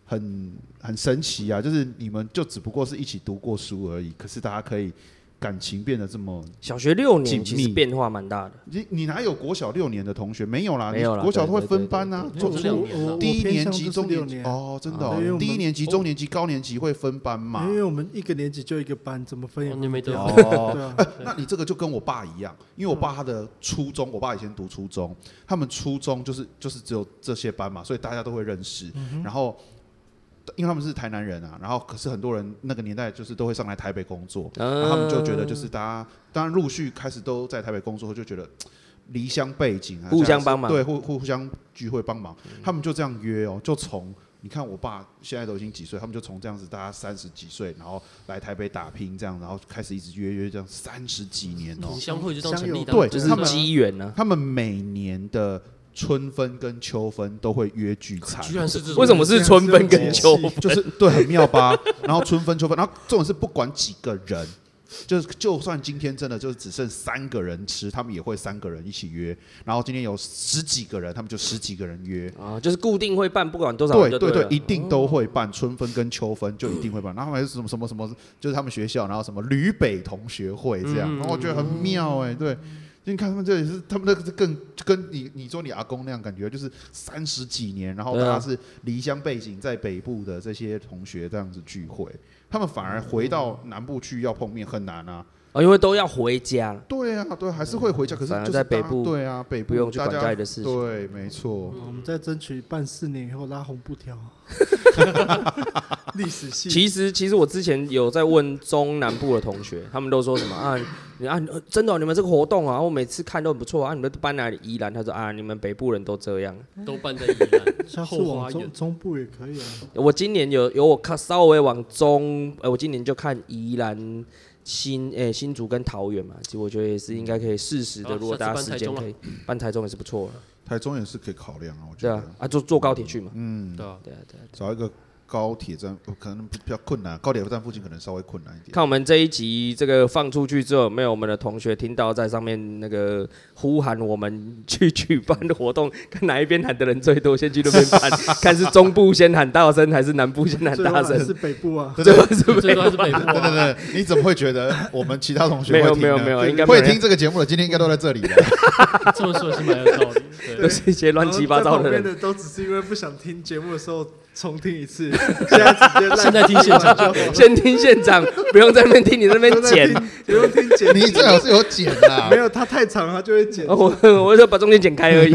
Speaker 1: 很很神奇啊！就是你们就只不过是一起读过书而已，可是大家可以感情变得这么
Speaker 2: 小学六
Speaker 1: 紧
Speaker 2: 年
Speaker 1: 密
Speaker 2: 其实变化蛮大的，
Speaker 1: 你你哪有国小六年的同学？没有啦，
Speaker 2: 没有
Speaker 1: 你
Speaker 2: 啦
Speaker 1: 国小
Speaker 2: 对
Speaker 1: 都会
Speaker 2: 对
Speaker 1: 分
Speaker 2: 对
Speaker 1: 班啊，
Speaker 3: 对
Speaker 1: 做
Speaker 3: 我
Speaker 1: 出
Speaker 3: 是两年啊
Speaker 1: 第一年级、中
Speaker 4: 六
Speaker 1: 年级
Speaker 4: 年，
Speaker 1: 哦，真的
Speaker 4: 啊因为
Speaker 1: 哦，
Speaker 4: 我
Speaker 1: 第一
Speaker 4: 们
Speaker 1: 年级、中年级、高年级会分班嘛
Speaker 4: 因。为我们一个年级就一个班，怎么分也
Speaker 3: 哦你没得
Speaker 4: 掉
Speaker 3: 分
Speaker 1: 哦
Speaker 4: 对啊，
Speaker 1: 哎，那你这个就跟我爸一样，因为我爸他的初中，我爸以前读初中，他们初中就是就是只有这些班嘛，所以大家都会认识。
Speaker 2: 嗯
Speaker 1: 然后，因为他们是台南人啊，然后可是很多人那个年代就是都会上来台北工作，然
Speaker 2: 嗯，
Speaker 1: 后他们就觉得就是大家，当然陆续开始都在台北工作后，就觉得嘖离乡背景啊，
Speaker 2: 互相
Speaker 1: 这样子
Speaker 2: 帮忙嗯
Speaker 1: 对，互互相聚会帮忙，他们就这样约哦，就从。你看我爸现在都已经几岁，他们就从这样子，大家三十几岁，然后来台北打拼，这样，然后开始一直约约，这样三十几年哦
Speaker 3: 同。乡会就当成立
Speaker 4: 乡
Speaker 3: 当
Speaker 1: 友对啊
Speaker 2: 就是
Speaker 1: 他们
Speaker 2: 机缘啊呢。
Speaker 1: 他们每年的春分跟秋分都会约聚餐，
Speaker 3: 居然是这种
Speaker 2: 为什么是春分跟秋分？
Speaker 1: 就是啊对，很妙吧？然后春分秋分，然后这种是不管几个人，就是就算今天真的就是只剩三个人吃，他们也会三个人一起约。然后今天有十几个人，他们就十几个人约。
Speaker 2: 啊，就是固定会办，不管多少
Speaker 1: 对
Speaker 2: 人就
Speaker 1: 对
Speaker 2: 对
Speaker 1: 对
Speaker 2: 了，
Speaker 1: 一定都会办春分跟秋分，就一定会办。然后还有什么什么什么，就是他们学校，然后什么旅北同学会这样，
Speaker 2: 嗯
Speaker 1: 然后我觉得很妙哎、对。就你看他们这里是他们那个是更就跟你你说你阿公那样感觉，就是三十几年，然后大
Speaker 2: 对啊
Speaker 1: 家是离乡背景在北部
Speaker 2: 嗯
Speaker 1: 的这些同学这样子聚会，他们反而回到南部去要碰面很难啊。
Speaker 2: 哦，因为都要回家了，
Speaker 1: 对啊，对，还是会回家，可是
Speaker 2: 反而
Speaker 1: 就是
Speaker 2: 在北
Speaker 1: 大
Speaker 2: 部
Speaker 1: 对啊，北部
Speaker 2: 不用去管
Speaker 1: 大家
Speaker 2: 家里的事情
Speaker 1: 对，没错，
Speaker 4: 我们再争取办四年以后拉红布条，啊历史系
Speaker 2: 其实，其实我之前有在问中南部的同学，他们都说什么啊？你啊，呃真的哦、你们这个活动啊，我每次看都很不错啊。你们都搬来宜兰，他说啊，你们北部人都这样。
Speaker 3: 都办在宜兰
Speaker 4: 下次
Speaker 3: 后花
Speaker 4: 往
Speaker 3: 园
Speaker 4: 中。中部也可以啊。
Speaker 2: 我今年有有我看稍微往中，呃，我今年就看宜兰、新诶、新竹跟桃园嘛，其实我觉得也是应该可以适时的，
Speaker 3: 好
Speaker 2: 如果大家
Speaker 3: 下次
Speaker 2: 时
Speaker 3: 搬
Speaker 2: 间
Speaker 3: 台中啊
Speaker 2: 可以办台中也是不错的，啊
Speaker 1: 台中也是可以考量啊，我觉
Speaker 2: 对
Speaker 1: 得
Speaker 2: 啊，啊，坐坐高铁去嘛，
Speaker 3: 对 啊，
Speaker 2: 对啊对啊。
Speaker 1: 找一个高铁站呃可能比较困难，高铁站附近可能稍微困难一点。
Speaker 2: 看我们这一集这个放出去之后，有没有我们的同学听到在上面那个呼喊我们去举办的活动，看哪一边喊的人最多，先去那边 办，看是中部先喊大声还是南部先喊
Speaker 4: 最 后
Speaker 2: 大
Speaker 4: 还
Speaker 2: 声
Speaker 4: 是。北部啊，
Speaker 1: 对
Speaker 2: 最
Speaker 1: 对
Speaker 2: 后是没
Speaker 3: 最多
Speaker 2: 有
Speaker 3: 还是北部
Speaker 1: 对对
Speaker 3: 啊。
Speaker 1: 对， 你怎么会觉得我们其他同学
Speaker 2: 没
Speaker 1: 会
Speaker 2: 有
Speaker 1: 听呢
Speaker 2: 没有没有应该没
Speaker 1: 会
Speaker 2: 有人
Speaker 1: 听这个节目的，今天应该都在这里 的。
Speaker 3: 这么说是蛮有道理。
Speaker 2: 都
Speaker 3: 对，
Speaker 2: 是一 些乱七八糟的
Speaker 4: 然后在旁边
Speaker 2: 人。
Speaker 4: 的都只是因为不想听节目的时候重听一次， 现在直接
Speaker 3: 现在听现场
Speaker 4: 就好，
Speaker 2: 先听现场，不用在那边听你那边
Speaker 4: 都在
Speaker 2: 剪
Speaker 4: 听。，不用听剪，
Speaker 1: 你啊最好是有剪啦
Speaker 4: 没。有它太长，它就会剪。
Speaker 2: 哦 我我就把中间剪开而 已。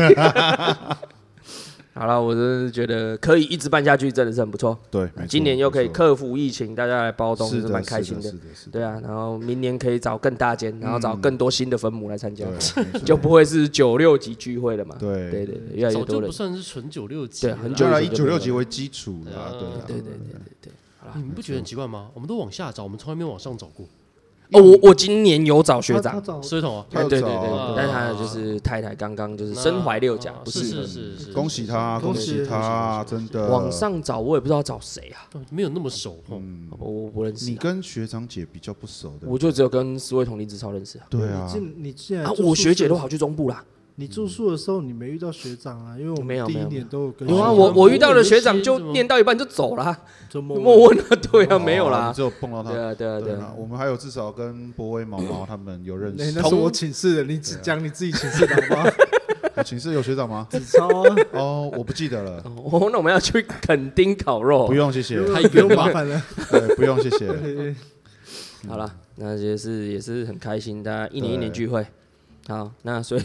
Speaker 2: 好了，我真是觉得可以一直办下去，真的是很不错。
Speaker 1: 对，没错
Speaker 2: 今年又可以
Speaker 1: 没错
Speaker 2: 克服疫情，大家来包动，
Speaker 1: 是
Speaker 2: 是
Speaker 1: 的
Speaker 2: 蛮开心
Speaker 1: 是的，是的是的
Speaker 2: 对啊，然后明年可以找更大间，然后找更多新的分母来参
Speaker 1: 嗯
Speaker 2: 加，
Speaker 1: 对没错
Speaker 2: 就不会是九六级聚会了嘛。
Speaker 1: 对
Speaker 2: 对对对，越来越
Speaker 3: 早
Speaker 2: 多
Speaker 3: 就
Speaker 2: 人
Speaker 3: 不。算是纯九六级
Speaker 2: 对
Speaker 3: 了啦，
Speaker 2: 很久
Speaker 1: 对啊，
Speaker 2: 以
Speaker 1: 以
Speaker 2: 前就
Speaker 1: 九
Speaker 2: 没有
Speaker 1: 六级为基础啦，
Speaker 3: 对
Speaker 1: 对啊
Speaker 3: 啊
Speaker 2: 对对对对对。
Speaker 3: 你们不觉得很奇怪吗？我们都往下找，我们从来没有往上找过。
Speaker 2: 哦，我我今年有找学
Speaker 4: 它
Speaker 2: 长，哎
Speaker 4: 它
Speaker 3: 水桶啊，
Speaker 1: 他有
Speaker 2: 对对
Speaker 1: 找
Speaker 2: 对
Speaker 1: 啊，
Speaker 2: 但是他就是太太刚刚就是身怀六甲
Speaker 3: 那，哦
Speaker 2: 不
Speaker 3: 啊是
Speaker 2: 是
Speaker 3: 是是是，
Speaker 1: 嗯恭喜他，恭
Speaker 4: 恭喜
Speaker 1: 喜他，
Speaker 3: 恭喜恭
Speaker 1: 真
Speaker 3: 喜
Speaker 1: 的。
Speaker 2: 往，上找，我也不知道找谁啊，
Speaker 3: 是，没有那么熟哦。
Speaker 1: 嗯
Speaker 2: 我我不认识
Speaker 1: 你
Speaker 2: 啊，
Speaker 1: 跟学长姐比较不熟的，
Speaker 2: 我就只有跟四位同林子超认识啊。
Speaker 1: 对啊
Speaker 4: 你，进你进来
Speaker 2: 啊
Speaker 4: 住，宿
Speaker 2: 我学姐
Speaker 4: 舍
Speaker 2: 都跑去中部啦。
Speaker 4: 你住宿的时候，你没遇到学长啊？因为我
Speaker 2: 没
Speaker 4: 们
Speaker 2: 有
Speaker 4: 第
Speaker 2: 没
Speaker 4: 一
Speaker 2: 有
Speaker 4: 年都有跟
Speaker 2: 有啊，
Speaker 4: 学
Speaker 2: 我
Speaker 4: 长
Speaker 2: 我遇到的学长
Speaker 3: 有
Speaker 2: 就
Speaker 3: 些
Speaker 2: 念到一半就走啦，
Speaker 4: 就默
Speaker 2: 莫问啊， 对啊，没有
Speaker 1: 哦你
Speaker 2: 啦，
Speaker 1: 只有碰到他
Speaker 2: 对。啊对啊对
Speaker 1: 对
Speaker 2: 啊
Speaker 1: 啊，，我们还有至少跟博威、毛毛他们有认
Speaker 4: 哎那
Speaker 1: 识。
Speaker 4: 那是我寝室的，你
Speaker 1: 啊
Speaker 4: 只讲你自己寝室的好吗？
Speaker 1: 我寝哎室有学长吗？
Speaker 4: 子超啊，
Speaker 1: 哦，我不记得了，
Speaker 2: 哦，那我们要去垦丁烤肉
Speaker 1: 不。用谢谢，
Speaker 3: 太
Speaker 4: 也不用
Speaker 3: 冤
Speaker 4: 麻
Speaker 3: 枉
Speaker 4: 烦了。
Speaker 1: 对，不用谢谢。
Speaker 2: 好了，那也是也是很开心，大家一年一年
Speaker 1: 对
Speaker 2: 聚会。好，那所以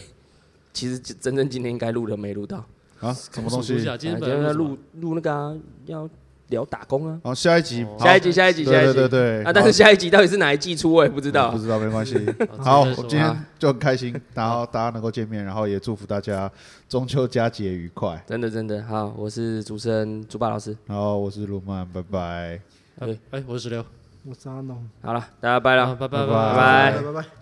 Speaker 2: 其实真正今天该录的没录到，
Speaker 1: 啊，什么东
Speaker 3: 数一
Speaker 1: 西？
Speaker 3: 下今天
Speaker 2: 啊
Speaker 3: 本来
Speaker 2: 要
Speaker 3: 什么
Speaker 2: 录录那个啊要聊打工啊，
Speaker 1: 好，下一集，好
Speaker 2: 下一集下一集下一
Speaker 1: 对
Speaker 2: 集
Speaker 1: 对对对。
Speaker 2: 啊，但是下一集到底是哪一季出我也不知
Speaker 1: 知
Speaker 2: 道
Speaker 1: 不。知道没关 系。
Speaker 2: 啊
Speaker 1: 好，
Speaker 3: 好这个
Speaker 1: 我
Speaker 3: 是
Speaker 1: 今天就很开心，然后大家能够见面，然后也祝福大家中秋佳节愉快。
Speaker 2: 真的真的好，我是主持人朱爸老师。
Speaker 1: 然后我是卢曼，拜拜。
Speaker 3: 哎，我是石榴，
Speaker 4: 我是阿农，
Speaker 2: 好了，大家拜了，
Speaker 3: 啊拜
Speaker 1: 拜
Speaker 3: 拜
Speaker 4: 拜
Speaker 2: 拜
Speaker 4: 拜拜拜。